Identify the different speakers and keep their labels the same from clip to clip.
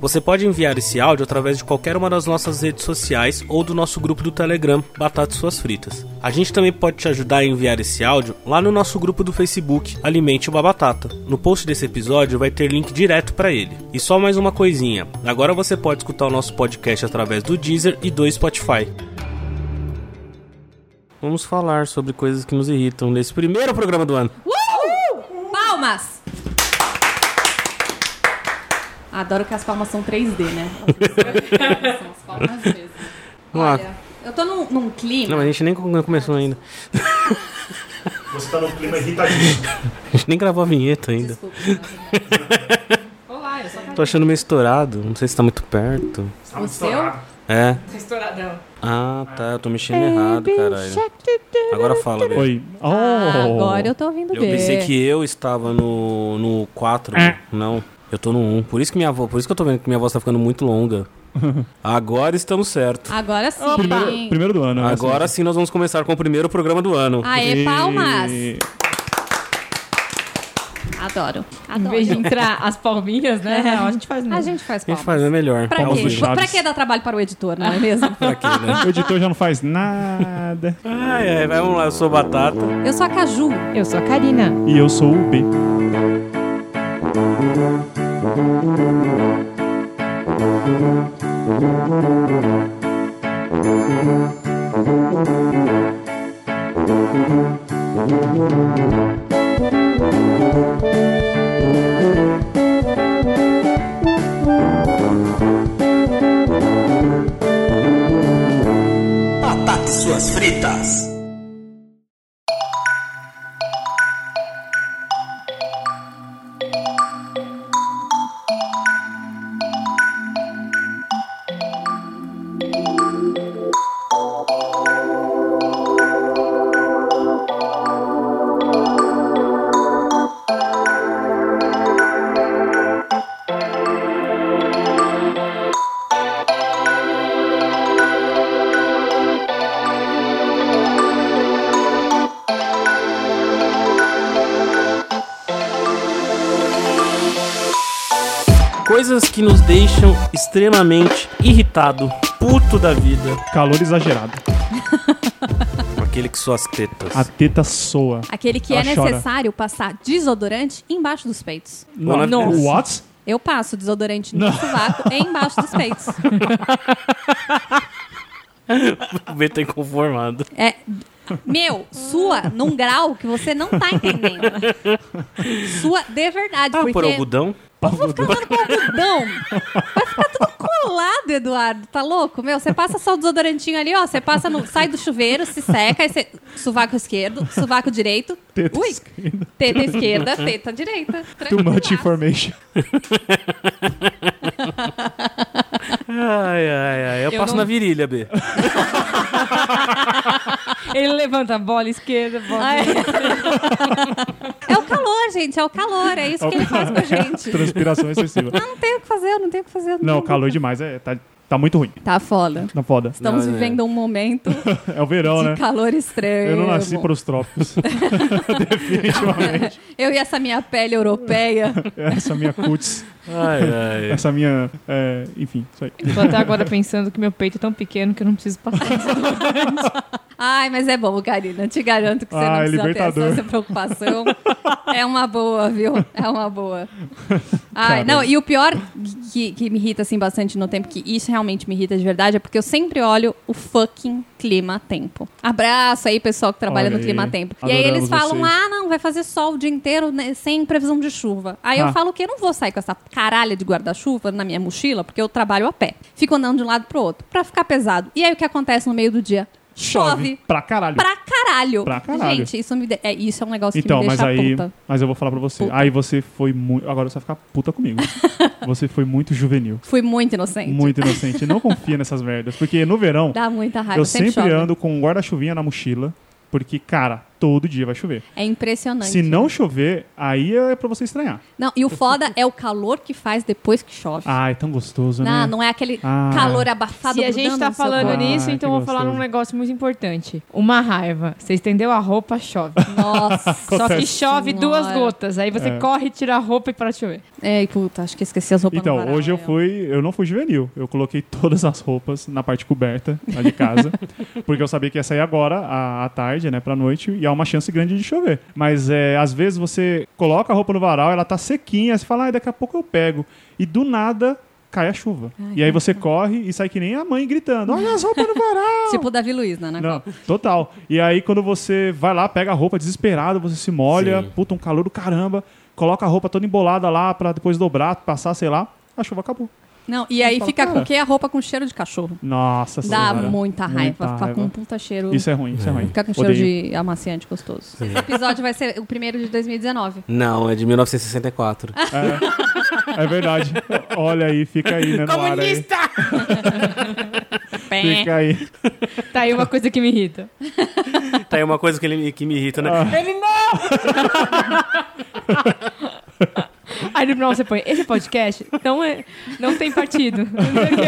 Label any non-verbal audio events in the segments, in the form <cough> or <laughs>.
Speaker 1: Você pode enviar esse áudio através de qualquer uma das nossas redes sociais ou do nosso grupo do Telegram, Batatas Suas Fritas. A gente também pode te ajudar a enviar esse áudio lá no nosso grupo do Facebook, Alimente uma Batata. No post desse episódio vai ter link direto para ele. E só mais uma coisinha: agora você pode escutar o nosso podcast através do Deezer e do Spotify. Vamos falar sobre coisas que nos irritam nesse primeiro programa do ano.
Speaker 2: Uh! Palmas! Adoro que as palmas são 3D, né?
Speaker 1: <laughs>
Speaker 2: são as palmas mesmo.
Speaker 1: Vamos lá.
Speaker 2: Olha, eu tô num, num clima.
Speaker 1: Ah. Não, mas a gente nem come- começou ainda.
Speaker 3: Você tá num clima irritativo.
Speaker 1: A gente nem gravou a vinheta ainda.
Speaker 2: Desculpa. mas- Olá, eu sou a
Speaker 1: Tô achando meio estourado, não sei se tá muito perto.
Speaker 3: Você tá muito
Speaker 2: seu?
Speaker 3: estourado.
Speaker 1: É.
Speaker 4: Estouradão.
Speaker 1: Ah, tá, eu tô mexendo errado, caralho. Agora fala, Bia.
Speaker 5: Oi. Oh.
Speaker 2: Ah, agora eu tô ouvindo
Speaker 1: Oh, Eu
Speaker 2: bem.
Speaker 1: pensei que eu estava no, no 4, não. Eu tô no 1. Por isso que minha voz, por isso que eu tô vendo que minha voz tá ficando muito longa. <laughs> Agora estamos certo.
Speaker 2: Agora sim.
Speaker 5: Primeiro, primeiro do ano. né?
Speaker 1: Agora Ah, sim nós vamos começar com o primeiro programa do ano.
Speaker 2: Aê,
Speaker 5: E-
Speaker 2: palmas! Adoro.
Speaker 4: Em
Speaker 2: Adoro.
Speaker 4: vez de entrar as palminhas, né? Não, a gente
Speaker 2: É, <laughs>
Speaker 4: faz
Speaker 2: A
Speaker 4: mesmo.
Speaker 2: gente faz
Speaker 1: A gente
Speaker 2: palmas.
Speaker 1: faz, é melhor.
Speaker 2: Pra
Speaker 5: Palmas
Speaker 2: quê?
Speaker 5: do Chaves.
Speaker 2: Pra que dar trabalho para o editor, não
Speaker 1: <laughs>
Speaker 2: é mesmo?
Speaker 1: Pra quê, né?
Speaker 5: O editor já não faz nada.
Speaker 1: Ai, ai, vamos lá, eu sou Batata.
Speaker 2: Eu sou a Caju.
Speaker 4: Eu sou a Karina.
Speaker 5: E eu sou o B.
Speaker 6: Batata e suas fritas.
Speaker 1: Coisas que nos deixam extremamente irritado, puto da vida.
Speaker 5: Calor exagerado.
Speaker 1: Aquele que suas tetas.
Speaker 5: A teta soa.
Speaker 2: Aquele que
Speaker 5: Ela
Speaker 2: é
Speaker 5: chora.
Speaker 2: necessário passar desodorante embaixo dos peitos.
Speaker 1: Não,
Speaker 5: Nossa. What?
Speaker 2: Eu passo desodorante no
Speaker 5: Não.
Speaker 2: sovaco e embaixo dos peitos.
Speaker 1: O B tá inconformado.
Speaker 2: É, meu, sua num grau que você não tá entendendo. Sua de verdade,
Speaker 1: Ah,
Speaker 2: porque...
Speaker 1: por algodão?
Speaker 2: Não, vai ficar tudo colado, Eduardo. Tá louco? Meu, você passa só o desodorantinho ali, ó. Você passa no. Sai do chuveiro, se seca, aí você. Sovaco esquerdo, sovaco direito.
Speaker 5: Teta
Speaker 2: Ui,
Speaker 5: esquerda.
Speaker 2: teta esquerda, teta direita.
Speaker 5: Too much
Speaker 2: Tranquilaço.
Speaker 5: information.
Speaker 1: Ai, ai, ai. Eu,
Speaker 2: Eu
Speaker 1: passo
Speaker 2: não-
Speaker 1: na virilha, B.
Speaker 4: Ele levanta a bola esquerda, bola
Speaker 2: Ah, É. É o calor, gente. É o calor. É isso que ele faz com a gente.
Speaker 5: Transpiração excessiva.
Speaker 2: Eu não tenho o que fazer, eu não tenho o que fazer. eu
Speaker 5: Não,
Speaker 2: tenho-
Speaker 5: calor demais. É, tá, tá muito ruim.
Speaker 2: Tá foda.
Speaker 5: Tá foda.
Speaker 2: Estamos
Speaker 1: Não, é.
Speaker 2: vivendo um momento
Speaker 5: É o verão, né?
Speaker 2: de calor é estranho.
Speaker 5: Eu não
Speaker 2: <laughs>
Speaker 5: nasci um para os trópicos. Definitivamente.
Speaker 2: Eu e essa minha pele europeia.
Speaker 5: É Essa minha cutis.
Speaker 1: Ai, ai.
Speaker 5: Essa minha. é, enfim, isso aí.
Speaker 4: <laughs> Tô até agora pensando que meu peito é tão pequeno que eu não preciso passar.
Speaker 2: Ai, mas é bom, Karina. Te garanto que você não
Speaker 5: Ah, é
Speaker 2: precisa ter
Speaker 5: libertador.
Speaker 2: essa preocupação. É uma boa, viu? É uma boa. Ai,
Speaker 5: Cara.
Speaker 2: não, e o pior que, que me irrita assim bastante no tempo, que isso realmente me irrita de verdade, é porque eu sempre olho o fucking clima tempo. Abraço aí, pessoal que trabalha
Speaker 5: Olha
Speaker 2: no
Speaker 5: aí.
Speaker 2: clima tempo. E aí eles
Speaker 5: Adoramos
Speaker 2: falam:
Speaker 5: vocês.
Speaker 2: ah, não, vai fazer sol o dia inteiro né, sem previsão de chuva. Aí eu
Speaker 5: Ah.
Speaker 2: falo que eu não vou sair com essa caralha de guarda-chuva na minha mochila, porque eu trabalho a pé. Fico andando de um lado pro outro, pra ficar pesado. E aí o que acontece no meio do dia? Chove.
Speaker 5: Pra caralho.
Speaker 2: Pra caralho.
Speaker 5: Pra caralho.
Speaker 2: Gente, isso, me de- é, isso é um negócio
Speaker 5: Então,
Speaker 2: que me
Speaker 5: mas
Speaker 2: deixa
Speaker 5: aí.
Speaker 2: puta.
Speaker 5: Mas eu vou falar pra você.
Speaker 2: Puta.
Speaker 5: Aí você foi muito. Agora você vai ficar puta comigo. você foi muito juvenil.
Speaker 2: Fui muito inocente.
Speaker 5: Muito inocente. Não confia nessas merdas. Porque no verão,
Speaker 2: Dá muita raiva.
Speaker 5: eu
Speaker 2: sempre
Speaker 5: sempre
Speaker 2: chove.
Speaker 5: ando com um guarda-chuvinha na mochila. Porque, cara, todo dia vai chover.
Speaker 2: É impressionante.
Speaker 5: Se não chover, aí é pra você estranhar.
Speaker 2: Não, e o foda é o calor que faz depois que chove.
Speaker 5: Ah, é tão gostoso, né?
Speaker 2: não, não é aquele
Speaker 5: Ah.
Speaker 2: calor abafado.
Speaker 4: Se a gente
Speaker 2: grudando
Speaker 4: tá
Speaker 2: no seu
Speaker 4: falando
Speaker 2: corpo.
Speaker 5: corpo.
Speaker 4: nisso,
Speaker 5: Ai,
Speaker 4: então
Speaker 5: que
Speaker 4: eu vou falar
Speaker 5: gostoso.
Speaker 4: num negócio muito importante. Uma raiva. Você estendeu a roupa, chove.
Speaker 2: Nossa.
Speaker 4: Só que
Speaker 5: Confesso.
Speaker 4: chove duas
Speaker 2: Senhora.
Speaker 4: gotas. Aí você
Speaker 5: É.
Speaker 4: corre, tira a roupa e para de chover.
Speaker 2: Ei, puta, acho que esqueci as roupas no
Speaker 5: Então,
Speaker 2: varal,
Speaker 5: hoje eu
Speaker 2: né?
Speaker 5: fui, eu não fui juvenil. Eu coloquei <laughs> todas as roupas na parte coberta, lá
Speaker 2: <laughs>
Speaker 5: de casa, porque eu sabia que ia sair agora à, à tarde, né, pra noite, e há uma chance grande de chover. Mas é, às vezes você coloca a roupa no varal, ela tá sequinha, você fala, ah, daqui a pouco eu pego. E do nada cai a chuva. e aí você corre e sai que nem a mãe gritando: Olha as roupas no
Speaker 2: <laughs>
Speaker 5: varal!
Speaker 2: Tipo o Davi Luiz, né? na
Speaker 5: Não,
Speaker 2: Copa.
Speaker 5: total. E aí, quando você vai lá, pega a roupa desesperado, você se molha,
Speaker 7: Sim.
Speaker 5: puta, um calor do caramba, coloca a roupa toda embolada lá pra depois dobrar, passar, sei lá, a chuva acabou.
Speaker 2: Não, e aí
Speaker 5: Fala,
Speaker 2: fica com
Speaker 5: cara.
Speaker 2: o quê? A roupa com cheiro de cachorro.
Speaker 5: Nossa
Speaker 2: Dá
Speaker 5: senhora.
Speaker 2: muita raiva. fica
Speaker 5: Muita
Speaker 2: com um
Speaker 5: raiva.
Speaker 2: puta cheiro.
Speaker 5: Isso é ruim, isso é ruim.
Speaker 2: Fica com cheiro
Speaker 5: Odeio.
Speaker 2: de amaciante gostoso. Esse episódio vai ser o primeiro de 2019.
Speaker 7: Não, é de 1964.
Speaker 2: Ah,
Speaker 5: É verdade. Olha aí, fica aí, né, no ar aí. Fica aí.
Speaker 4: Tá aí uma coisa que me irrita.
Speaker 7: tá aí uma coisa que, ele, que me irrita, né?
Speaker 2: Ah.
Speaker 4: Aí no final você põe, esse podcast não, é, não tem partido.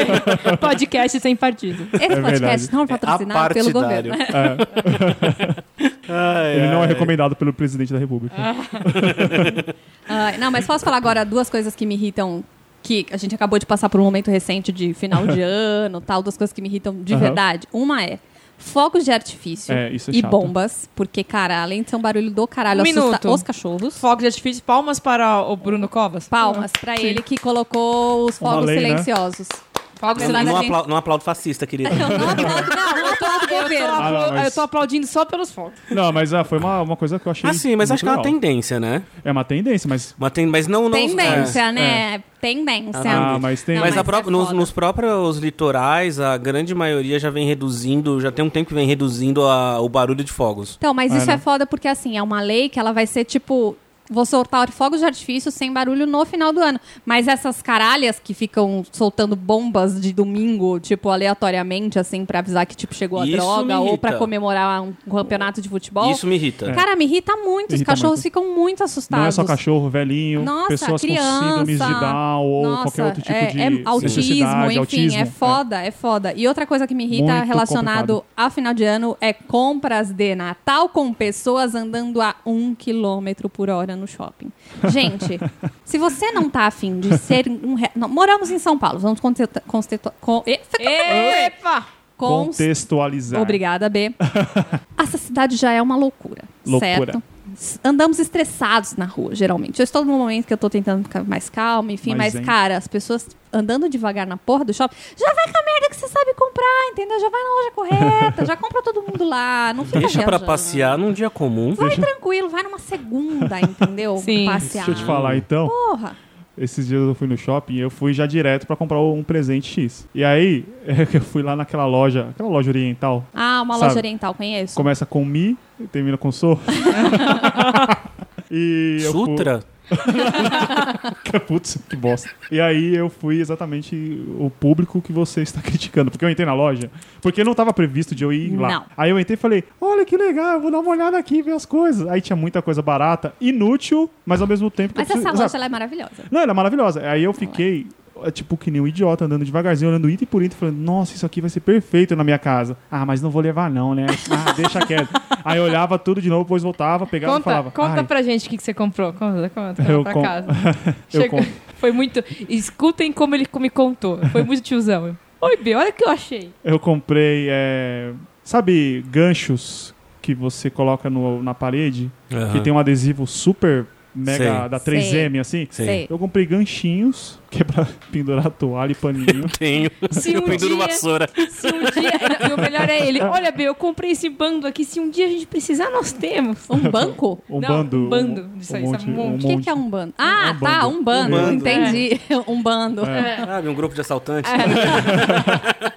Speaker 4: <laughs> podcast sem partido.
Speaker 2: Esse
Speaker 5: É
Speaker 2: podcast
Speaker 5: verdade.
Speaker 2: não é
Speaker 7: É
Speaker 2: patrocinado pelo
Speaker 7: apartidário.
Speaker 2: governo.
Speaker 7: <laughs> Ai,
Speaker 5: É. Ele não é
Speaker 7: ai.
Speaker 5: recomendado pelo presidente da república.
Speaker 2: <laughs> Ah, não, mas posso falar agora duas coisas que me irritam. Que a gente acabou de passar por um momento recente de final
Speaker 5: <laughs>
Speaker 2: de ano tal, duas coisas que me irritam de
Speaker 5: Aham.
Speaker 2: verdade. Uma é fogos de artifício
Speaker 5: É, isso é
Speaker 2: e
Speaker 5: chato.
Speaker 2: bombas, porque, cara, além de ser um barulho do caralho,
Speaker 4: Um
Speaker 2: assusta
Speaker 4: minuto.
Speaker 2: os cachorros.
Speaker 4: Fogo de artifício, palmas para o Bruno Covas.
Speaker 2: Palmas pra
Speaker 4: Sim.
Speaker 2: ele que colocou os fogos
Speaker 5: lei, né?
Speaker 2: silenciosos.
Speaker 4: Fogos
Speaker 7: Não,
Speaker 2: Mas a
Speaker 7: não,
Speaker 2: gente-
Speaker 7: aplau- não aplaudo fascista, querida.
Speaker 2: Não,
Speaker 7: <laughs>
Speaker 2: não aplaudo, não, não aplaudo o governo.
Speaker 5: Ah, não, mas-
Speaker 4: Eu tô aplaudindo só pelos fogos.
Speaker 5: Não, mas ah, foi uma, uma coisa que eu achei.
Speaker 7: Ah, sim, mas
Speaker 5: muito
Speaker 7: acho que é uma
Speaker 5: legal.
Speaker 7: tendência, né?
Speaker 5: É uma tendência, mas.
Speaker 7: Uma ten... Mas não... É. não
Speaker 2: Tendência, né? Tendência.
Speaker 5: É, Ah, mas tem.
Speaker 2: Não,
Speaker 7: Mas,
Speaker 2: mas
Speaker 7: a pró-
Speaker 2: é foda.
Speaker 7: nos, nos próprios litorais, a grande maioria já vem reduzindo, já tem um tempo que vem reduzindo a- o barulho de fogos.
Speaker 2: Então, mas
Speaker 5: Ah,
Speaker 2: isso
Speaker 5: né?
Speaker 2: é foda porque, assim, é uma lei que ela vai ser tipo. Vou soltar fogos de artifício sem barulho no final do ano. Mas essas caralhas que ficam soltando bombas de domingo, tipo, aleatoriamente, assim, pra avisar que, tipo, chegou a
Speaker 7: Isso me
Speaker 2: droga ou pra
Speaker 7: irrita.
Speaker 2: comemorar um campeonato de futebol.
Speaker 7: Isso me irrita.
Speaker 2: Cara, me irrita muito. Os
Speaker 5: Irrita
Speaker 2: cachorros
Speaker 5: muito.
Speaker 2: ficam muito
Speaker 5: Não é
Speaker 2: assustados.
Speaker 5: só cachorro, velhinho,
Speaker 2: Nossa,
Speaker 5: pessoas
Speaker 2: criança.
Speaker 5: com síndromes de Down ou
Speaker 2: Nossa,
Speaker 5: qualquer outro tipo
Speaker 2: é,
Speaker 5: de
Speaker 2: é autismo,
Speaker 5: necessidade,
Speaker 2: enfim,
Speaker 5: autismo.
Speaker 2: é foda, é. foda. E outra coisa que me irrita
Speaker 5: Muito
Speaker 2: relacionado
Speaker 5: complicado.
Speaker 2: a final de ano é compras de Natal com pessoas andando a um quilômetro por hora no shopping. Gente,
Speaker 5: <laughs>
Speaker 2: se você não tá afim de ser um... re- não, moramos em São Paulo, vamos conceito, conceito, con, e-
Speaker 4: tá Epa!
Speaker 2: cons-
Speaker 5: É Contextualizar.
Speaker 2: Obrigada,
Speaker 5: <laughs>
Speaker 2: B. Essa cidade já é uma loucura,
Speaker 5: Loucura.
Speaker 2: certo? S- Andamos estressados na rua, geralmente. Eu estou num momento que eu estou tentando ficar mais calma, enfim, mas,
Speaker 5: Mais zen.
Speaker 2: cara, as pessoas andando devagar na porra do shopping, já vai com a merda que você sabe comprar, entendeu? Já vai na loja correta, já compra todo mundo lá, não fica
Speaker 7: Deixa pra
Speaker 2: viajando.
Speaker 7: passear num dia comum.
Speaker 2: Vai tranquilo, vai numa segunda,
Speaker 5: <laughs>
Speaker 2: entendeu?
Speaker 4: Sim.
Speaker 2: Passear.
Speaker 5: Deixa eu te falar então.
Speaker 2: Porra.
Speaker 5: Esses dias eu fui no shopping e eu fui já direto pra comprar um presente X. E aí, <laughs> eu fui lá naquela loja, aquela loja oriental.
Speaker 2: Ah, uma
Speaker 5: Sabe?
Speaker 2: loja oriental, conheço.
Speaker 5: Começa com Mi e termina com So. e eu fui-
Speaker 7: Sutra?
Speaker 5: <laughs> Putz, que bosta. E aí eu fui exatamente o público que você está <laughs> criticando. Porque eu entrei na loja. Porque não estava previsto de eu ir lá.
Speaker 2: Não.
Speaker 5: Aí eu entrei e falei, olha que legal, eu vou dar uma olhada aqui, ver as coisas. Aí tinha muita coisa barata, inútil, mas ao mesmo tempo... que eu
Speaker 2: Mas essa
Speaker 5: preciso-
Speaker 2: loja
Speaker 5: sabe?
Speaker 2: ela é maravilhosa.
Speaker 5: Não, ela é maravilhosa. Aí eu fiquei, é, tipo, que nem um idiota, andando devagarzinho, olhando item por item, falando, nossa, isso aqui vai ser perfeito na minha casa. Ah, mas não vou levar não, né? Ah, deixa quieto.
Speaker 4: <laughs>
Speaker 5: Aí eu olhava tudo de novo, depois voltava, pegava e
Speaker 4: Conta,
Speaker 5: falava.
Speaker 4: conta
Speaker 5: "Ai,
Speaker 4: pra gente o que, que você comprou. Conta, conta, conta
Speaker 5: Eu
Speaker 4: pra
Speaker 5: com-
Speaker 4: casa.
Speaker 5: <laughs> eu
Speaker 4: Chegou-
Speaker 5: conto.
Speaker 4: <laughs> Foi muito. Escutem como ele me contou. Foi muito tiozão. Oi, B, olha o que eu achei.
Speaker 5: Eu comprei, é, sabe, ganchos que você coloca no- na parede, que tem um adesivo super mega
Speaker 7: Sei.
Speaker 5: da 3M, assim.
Speaker 7: Sim.
Speaker 2: Sei.
Speaker 5: Eu comprei ganchinhos, <laughs> que é pra pendurar toalha e paninho.
Speaker 2: <laughs>
Speaker 7: Tenho.
Speaker 5: <laughs>
Speaker 4: Se um
Speaker 7: eu penduro
Speaker 4: dia-
Speaker 7: vassoura.
Speaker 4: Se um dia. E o melhor é ele. Olha, B, eu comprei esse bando aqui. Se um dia a gente precisar, nós temos.
Speaker 2: Um banco?
Speaker 5: Um
Speaker 4: Não,
Speaker 5: bando.
Speaker 4: um bando
Speaker 5: um-
Speaker 4: disso
Speaker 5: um
Speaker 4: aí,
Speaker 5: monte,
Speaker 4: sabe? Um
Speaker 5: um
Speaker 4: monte.
Speaker 2: O que,
Speaker 5: monte.
Speaker 2: que é um bando? Ah, tá,
Speaker 5: bando. é.
Speaker 2: um bando.
Speaker 7: Um bando.
Speaker 2: Entendi. <laughs> Um bando.
Speaker 7: Sabe, um grupo de
Speaker 2: É,
Speaker 7: assaltantes.
Speaker 4: É. <laughs>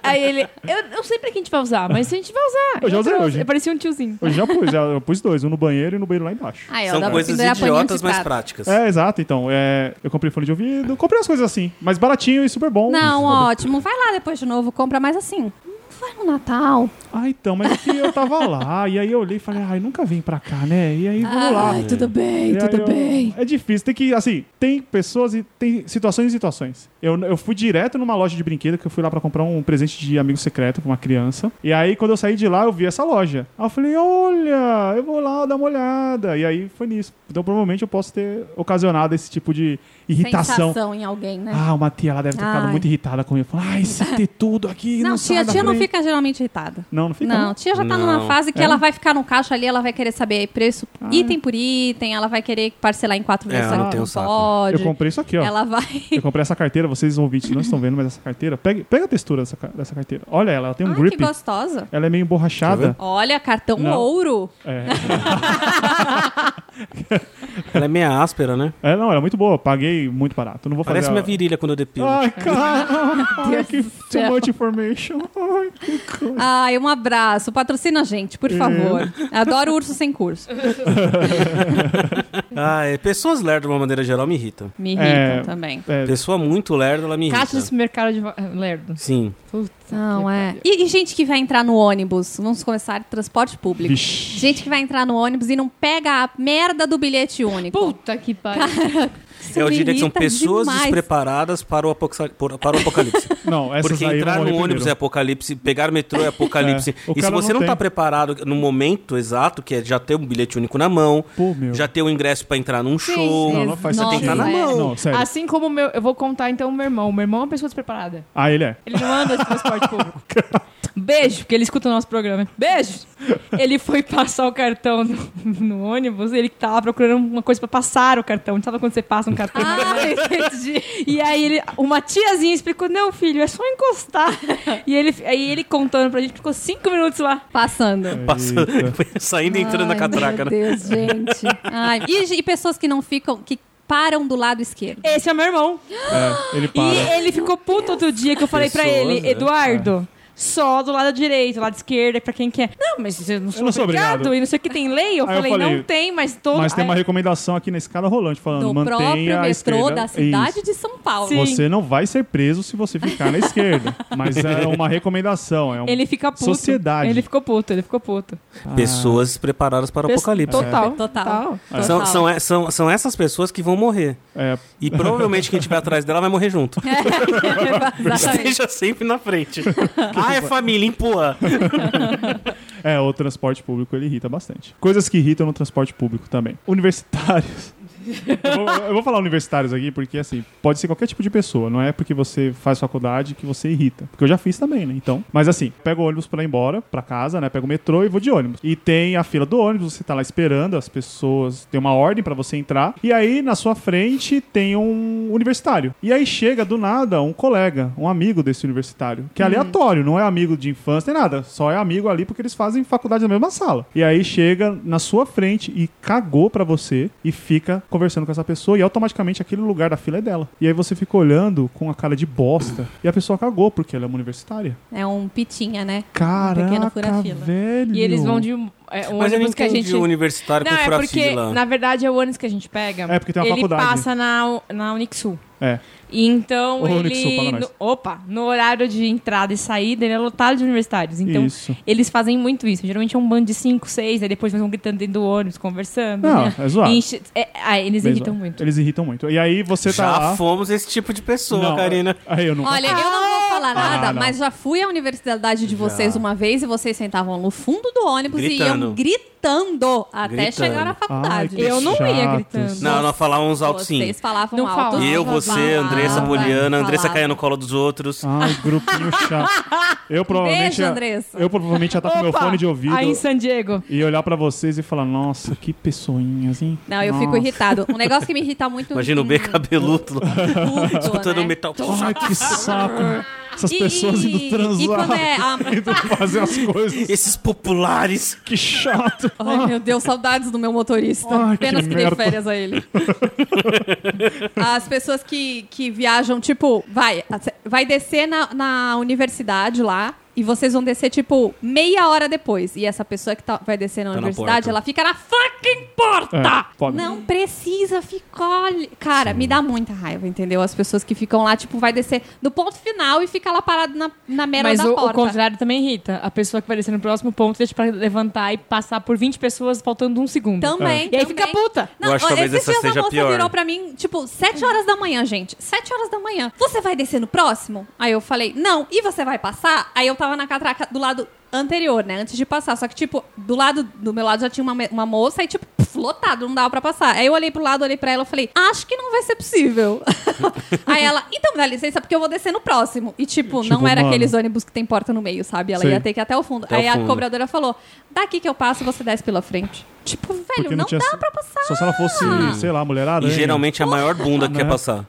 Speaker 4: Aí ele. Eu não sei pra que a gente vai usar, mas a gente vai usar.
Speaker 5: Eu já usei
Speaker 4: trouxe.
Speaker 5: hoje.
Speaker 4: Eu parecia um tiozinho.
Speaker 5: Eu já pus, eu pus dois, um no banheiro e no banheiro lá embaixo.
Speaker 2: Aí, ó, dá
Speaker 7: São
Speaker 2: pra
Speaker 7: coisas
Speaker 2: pendurar paninho
Speaker 7: idiotas, mas
Speaker 2: picado.
Speaker 7: práticas.
Speaker 5: É, exato, então. é, eu comprei fone de ouvido, comprei as coisas assim, mas baratinho e super bom.
Speaker 2: Não,
Speaker 5: Foda.
Speaker 2: ótimo. Vai lá depois de novo, compra mais assim. Vai no Natal.
Speaker 5: Ah, então, mas é que eu
Speaker 2: <laughs>
Speaker 5: tava lá, e aí eu olhei e falei, ai, nunca vim pra cá, né? E aí, vamos lá.
Speaker 2: Ai, tudo bem,
Speaker 5: E aí
Speaker 2: tudo
Speaker 5: eu-
Speaker 2: bem.
Speaker 5: É difícil, tem que, assim, tem pessoas e tem situações e situações. Eu, eu fui direto numa loja de brinquedo, que eu fui lá pra comprar um presente de amigo secreto pra uma criança. E aí, quando eu saí de lá, eu vi essa loja. Aí eu falei, olha, eu vou lá dar uma olhada. E aí foi nisso. Então, provavelmente, eu posso ter ocasionado esse tipo de irritação.
Speaker 2: Sensação em alguém, né?
Speaker 5: Ah, uma tia lá deve ter ficado
Speaker 2: Ai.
Speaker 5: muito irritada comigo. Falou,
Speaker 2: <laughs>
Speaker 5: ai, se ter tudo aqui, não,
Speaker 2: não,
Speaker 5: sai
Speaker 2: tia,
Speaker 5: da
Speaker 2: tia não
Speaker 5: frente."
Speaker 2: fica geralmente irritada.
Speaker 5: Não, não fica.
Speaker 2: Não, tia já tá numa
Speaker 7: Não.
Speaker 2: fase que
Speaker 5: É?
Speaker 2: ela vai ficar no caixa ali, ela vai querer saber preço
Speaker 5: Ah,
Speaker 2: item por item, ela vai querer parcelar em quatro
Speaker 7: É,
Speaker 2: vezes,
Speaker 7: ela
Speaker 2: ela
Speaker 7: não tem
Speaker 2: não
Speaker 7: o saco.
Speaker 2: pode.
Speaker 5: Eu comprei isso aqui, ó.
Speaker 2: Ela vai.
Speaker 5: Eu comprei essa carteira, vocês ouvintes não estão vendo, mas essa carteira. Pega, pega a textura dessa, ca- dessa carteira. Olha ela, ela tem um
Speaker 2: Ai,
Speaker 5: grip.
Speaker 2: que gostosa.
Speaker 5: Ela é meio emborrachada.
Speaker 2: Olha, cartão
Speaker 5: Não.
Speaker 2: ouro.
Speaker 5: É.
Speaker 7: Ela é meia áspera, né?
Speaker 5: é, não, ela é muito boa. Paguei muito barato. Não vou fazer.
Speaker 7: Parece
Speaker 5: a-
Speaker 7: minha virilha quando eu
Speaker 5: <laughs>
Speaker 7: depilo.
Speaker 2: <laughs>
Speaker 5: Ai, cara! Ai,
Speaker 2: Deus
Speaker 5: que
Speaker 2: do
Speaker 5: too
Speaker 2: céu.
Speaker 5: much information. Ai, que coisa.
Speaker 2: Ai, um abraço. Patrocina a gente,
Speaker 5: Hum.
Speaker 2: por favor. Adoro urso sem curso.
Speaker 7: Ai, pessoas lerdas de uma maneira geral me irritam.
Speaker 2: Me
Speaker 5: É.
Speaker 2: irritam também.
Speaker 5: É,
Speaker 7: Pessoa muito lerda, ela me irrita.
Speaker 4: Caixa de supermercado de va- Lerdo.
Speaker 7: Sim.
Speaker 4: Puta
Speaker 2: Não,
Speaker 4: que
Speaker 2: é.
Speaker 4: pariu.
Speaker 2: E, e gente que vai entrar no ônibus. Vamos começar transporte público.
Speaker 5: Vixe.
Speaker 2: Gente que vai entrar no ônibus e não pega a merda do bilhete único.
Speaker 4: Puta
Speaker 2: <laughs>
Speaker 4: que pariu.
Speaker 2: Isso
Speaker 7: Eu
Speaker 2: me
Speaker 7: diria que são
Speaker 2: irrita
Speaker 7: pessoas
Speaker 2: demais.
Speaker 7: despreparadas para o, apoxa- por- para o apocalipse.
Speaker 5: Não, <laughs> essas
Speaker 7: Porque
Speaker 5: aí
Speaker 7: entrar
Speaker 5: vão
Speaker 7: no
Speaker 5: morrer
Speaker 7: ônibus é
Speaker 5: primeiro.
Speaker 7: apocalipse, pegar metrô é apocalipse.
Speaker 5: <laughs> É, o
Speaker 7: e se
Speaker 5: cara
Speaker 7: você
Speaker 5: não
Speaker 7: não,
Speaker 5: tem.
Speaker 7: tá preparado no momento exato, que é já ter um bilhete único na mão,
Speaker 5: Pô, meu.
Speaker 7: já ter o ingresso pra entrar num
Speaker 4: Sim,
Speaker 7: show.
Speaker 5: Não, não faz
Speaker 7: você tem que estar na
Speaker 2: Nossa,
Speaker 7: mão.
Speaker 5: Não, sério.
Speaker 4: Assim como o meu. Eu vou contar então o meu irmão. O meu irmão é uma pessoa despreparada.
Speaker 5: Ah, ele é.
Speaker 4: Ele não anda de transporte público. Beijo, porque ele escuta o nosso programa. Beijo! Ele foi passar o cartão no, no ônibus, ele tava procurando uma coisa pra passar o cartão. Sabe quando você passa um cartão? <laughs>
Speaker 2: Ah,
Speaker 4: E aí ele, uma tiazinha explicou: não, filho, é só
Speaker 2: <laughs>
Speaker 4: encostar. E ele, aí ele contando pra gente, ficou cinco minutos lá.
Speaker 2: Passando.
Speaker 7: Passando, <laughs> saindo e entrando na
Speaker 2: Ai, Meu
Speaker 7: catraca, né?
Speaker 2: Deus, gente. Ai, e, e pessoas que não ficam, que param do lado esquerdo.
Speaker 4: Esse é meu irmão.
Speaker 5: É, ele para.
Speaker 4: E ele ficou puto outro dia que eu falei pra
Speaker 7: Pessoas,
Speaker 4: ele,
Speaker 7: né?
Speaker 4: Eduardo.
Speaker 5: É.
Speaker 4: Só do lado direito, lado esquerdo, é pra quem quer. Não, mas eu não sou,
Speaker 5: Eu não sou
Speaker 4: obrigado,
Speaker 5: obrigado.
Speaker 4: E não sei o que tem lei. Eu,
Speaker 5: Aí eu
Speaker 4: falei,
Speaker 5: falei,
Speaker 4: não tem, mas todo.
Speaker 5: Mas tem uma
Speaker 4: Aí-
Speaker 5: recomendação aqui na escada rolante falando:
Speaker 2: Do
Speaker 5: mantenha
Speaker 2: próprio
Speaker 5: a
Speaker 2: metrô
Speaker 5: esquerda.
Speaker 2: da cidade
Speaker 5: Isso.
Speaker 2: de São Paulo.
Speaker 4: Sim.
Speaker 5: Você não vai ser preso se você ficar
Speaker 2: <laughs>
Speaker 5: na esquerda. Mas é uma recomendação. É um... Ah,
Speaker 4: Ele fica puto.
Speaker 5: Sociedade.
Speaker 4: Ele ficou puto, ele ficou puto.
Speaker 7: Pessoas despreparadas para o
Speaker 4: Pes-
Speaker 7: apocalipse.
Speaker 4: Total.
Speaker 2: É. Total.
Speaker 5: É.
Speaker 7: São,
Speaker 2: Total.
Speaker 7: são, é- são, são essas pessoas que vão morrer.
Speaker 5: É,
Speaker 7: E provavelmente quem estiver atrás dela vai morrer junto.
Speaker 2: Exatamente.
Speaker 7: Esteja sempre na frente. ah, é família, empurra.
Speaker 5: É, o transporte público ele irrita bastante. Coisas que irritam no transporte público também. Universitários. eu, vou, eu vou falar universitários aqui porque, assim, pode ser qualquer tipo de pessoa. Não é porque você faz faculdade que você irrita. Porque eu já fiz também, né? Então. Mas, assim, pego o ônibus pra ir embora, pra casa, né? Pego o metrô e vou de ônibus. E tem a fila do ônibus, você tá lá esperando as pessoas. Tem uma ordem pra você entrar. E aí, na sua frente, tem um universitário. E aí chega do nada um colega, um amigo desse universitário.
Speaker 4: Hum.
Speaker 5: Que é aleatório, não é amigo de infância, nem nada. Só é amigo ali porque eles fazem faculdade na mesma sala. E aí chega na sua frente e cagou pra você e fica conversando com essa pessoa e automaticamente aquele lugar da fila é dela. E aí você fica olhando com a cara de bosta e a pessoa cagou porque ela é uma universitária.
Speaker 2: É um pitinha, né? pequeno
Speaker 5: Caraca,
Speaker 2: fura-fila.
Speaker 5: velho.
Speaker 4: E eles vão de. um- É, um
Speaker 7: Mas eu não
Speaker 4: ônibus que a
Speaker 7: entendi
Speaker 4: gente.
Speaker 7: o universitário
Speaker 4: Não,
Speaker 7: com
Speaker 4: é porque,
Speaker 7: furafila.
Speaker 4: na verdade, é o ônibus que a gente pega.
Speaker 5: É, porque tem uma
Speaker 4: ele
Speaker 5: faculdade.
Speaker 4: passa na, na Unixul.
Speaker 5: É.
Speaker 4: E então
Speaker 5: Ô,
Speaker 4: ele.
Speaker 5: Unixul, paga nós.
Speaker 4: no, opa, no horário de entrada e saída, ele é lotado de universitários. Então,
Speaker 5: Isso.
Speaker 4: eles fazem muito isso. Geralmente é um bando de 5, 6, aí depois eles vão gritando dentro do ônibus, conversando.
Speaker 5: Não,
Speaker 4: <laughs> né?
Speaker 5: é zoado.
Speaker 4: Enche- é, ah, eles irritam muito.
Speaker 5: Eles irritam muito. E aí você tá
Speaker 7: Já
Speaker 5: lá.
Speaker 7: fomos esse tipo de pessoa,
Speaker 5: Não,
Speaker 7: Karina.
Speaker 5: Aí eu não
Speaker 2: Olha, eu não
Speaker 7: Ah,
Speaker 2: vou
Speaker 7: é?
Speaker 2: falar nada,
Speaker 5: não.
Speaker 2: mas já fui à universidade de vocês uma vez e vocês sentavam no fundo do ônibus e iam
Speaker 7: Gritando.
Speaker 2: gritando até
Speaker 7: Gritando.
Speaker 2: chegar na faculdade.
Speaker 5: que
Speaker 4: Eu não ia
Speaker 5: chatos.
Speaker 4: gritando.
Speaker 7: Não, nós falávamos alto sim.
Speaker 2: Vocês falavam
Speaker 4: Não
Speaker 2: alto.
Speaker 4: falava.
Speaker 7: Eu, você,
Speaker 2: falavam,
Speaker 7: Andressa Poliana, Andressa
Speaker 2: falavam.
Speaker 7: caia no colo dos outros.
Speaker 5: Ai, Ah, grupinho chato. Eu provavelmente. é-
Speaker 2: Beijo,
Speaker 5: ia-
Speaker 2: Andressa.
Speaker 5: Eu provavelmente já tá com meu
Speaker 4: Opa,
Speaker 5: fone de ouvido.
Speaker 4: Aí em San Diego.
Speaker 5: E olhar pra vocês e falar, nossa, que pessoinhas, hein?
Speaker 2: Não, eu
Speaker 5: Nossa.
Speaker 2: fico irritado. Um negócio que me irrita muito.
Speaker 7: Imagina o B cabeludo lá,
Speaker 2: Tudo,
Speaker 7: escutando
Speaker 2: né?
Speaker 7: o metal.
Speaker 5: Ai, que saco. Essas
Speaker 2: E-
Speaker 5: pessoas
Speaker 2: e-
Speaker 5: indo
Speaker 2: e
Speaker 5: transar.
Speaker 2: quando é a-
Speaker 5: <laughs> Indo fazer as coisas.
Speaker 7: Esses populares.
Speaker 5: Que chato.
Speaker 4: Ah.
Speaker 2: Ai, meu Deus, saudades do meu motorista.
Speaker 5: Ai, que
Speaker 2: Apenas que, dei
Speaker 5: merda.
Speaker 2: férias a ele. As pessoas que, que viajam, tipo, vai, vai descer na, na universidade lá. e vocês vão descer, tipo, meia hora depois. E essa pessoa que tá- vai descer na
Speaker 7: Tá na
Speaker 2: universidade,
Speaker 7: porta.
Speaker 2: ela fica na fucking porta!
Speaker 5: É, foda.
Speaker 2: Tá. Não precisa ficar. ali. Cara, me dá muita raiva, entendeu? As pessoas que ficam lá, tipo, vai descer do ponto final e fica lá parado na, na merda
Speaker 4: Mas
Speaker 2: da
Speaker 4: o, o
Speaker 2: porta.
Speaker 4: contrário também irrita. A pessoa que vai descer no próximo ponto deixa pra levantar e passar por 20 pessoas faltando um segundo.
Speaker 2: Também.
Speaker 4: E aí
Speaker 2: também.
Speaker 4: fica puta.
Speaker 2: Não,
Speaker 1: Eu acho que
Speaker 2: ó,
Speaker 1: talvez
Speaker 2: esses
Speaker 1: essa
Speaker 2: dias
Speaker 1: seja
Speaker 2: a moça
Speaker 1: pior.
Speaker 2: virou pra mim, tipo, 7 horas da manhã, gente. 7 horas da manhã. Você vai descer no próximo? Aí eu falei, não. E você vai passar? Aí eu tava na catraca do lado anterior, né? Antes de passar. Só que, tipo, do lado do meu lado já tinha uma, me- uma moça e, tipo, pf, lotado, não dava pra passar. Aí eu olhei pro lado, olhei pra ela e falei, acho que não vai ser possível. <laughs> Aí ela, então me dá licença, porque eu vou descer no próximo. E, tipo, não
Speaker 5: Tipo,
Speaker 2: era
Speaker 5: mano.
Speaker 2: aqueles ônibus que tem porta no meio, sabe? Ela
Speaker 5: Sim.
Speaker 2: ia ter que ir até o fundo.
Speaker 1: Até o
Speaker 2: Aí a
Speaker 1: fundo.
Speaker 2: cobradora falou, daqui que eu passo, você desce pela frente. Tipo, velho,
Speaker 5: Porque
Speaker 2: não,
Speaker 5: tinha-
Speaker 2: dá pra passar.
Speaker 5: Só se ela fosse,
Speaker 2: Ah.
Speaker 5: sei lá, mulherada.
Speaker 1: E
Speaker 5: né?
Speaker 1: geralmente é a maior bunda que quer passar.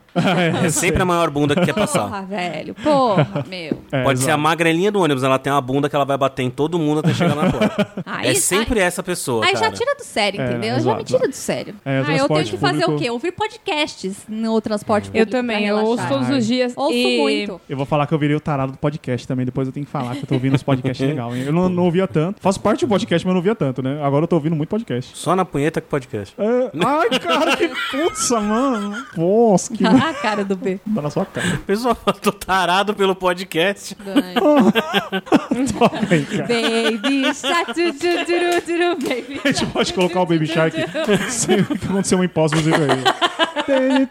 Speaker 1: É sempre a maior bunda que quer passar.
Speaker 2: <laughs> Porra, velho. Porra, meu.
Speaker 5: É,
Speaker 1: Pode ser a
Speaker 5: exato.
Speaker 1: magrelinha do ônibus, ela tem uma bunda que ela vai bater em todo mundo até chegar na porta.
Speaker 2: Aí,
Speaker 1: É sempre essa pessoa,
Speaker 2: Aí, aí já
Speaker 1: cara.
Speaker 2: tira do sério,
Speaker 5: É,
Speaker 2: entendeu? já
Speaker 5: exato.
Speaker 2: me tira do sério.
Speaker 5: É, o
Speaker 2: ah, eu tenho
Speaker 5: transporte
Speaker 2: que fazer o
Speaker 5: público-
Speaker 2: quê? Ouvir podcasts no transporte público.
Speaker 4: Eu também,
Speaker 2: pra
Speaker 4: eu ouço
Speaker 2: relaxar.
Speaker 4: todos os dias.
Speaker 2: Ouço
Speaker 4: e- <laughs>
Speaker 2: muito.
Speaker 5: Eu vou falar que eu virei o tarado do podcast também, depois eu tenho que falar que eu tô ouvindo os podcasts legal. hein? Eu não, não ouvia tanto. Faço parte do podcast, mas eu não ouvia tanto, né? Agora eu tô ouvindo muito podcast.
Speaker 1: Só na punheta que podcast.
Speaker 5: É, Ai, cara, que putza, mano. Nossa, <laughs> que
Speaker 2: Ah, a cara do B.
Speaker 5: tá na sua cara.
Speaker 1: Pessoal, tô tarado pelo podcast.
Speaker 5: Toma aí,
Speaker 2: <laughs>
Speaker 5: cara.
Speaker 2: Baby shark, tu, tu, tu, tu, tu, baby.
Speaker 5: A gente pode colocar o Baby Shark sempre que acontecer um imposto musical aí.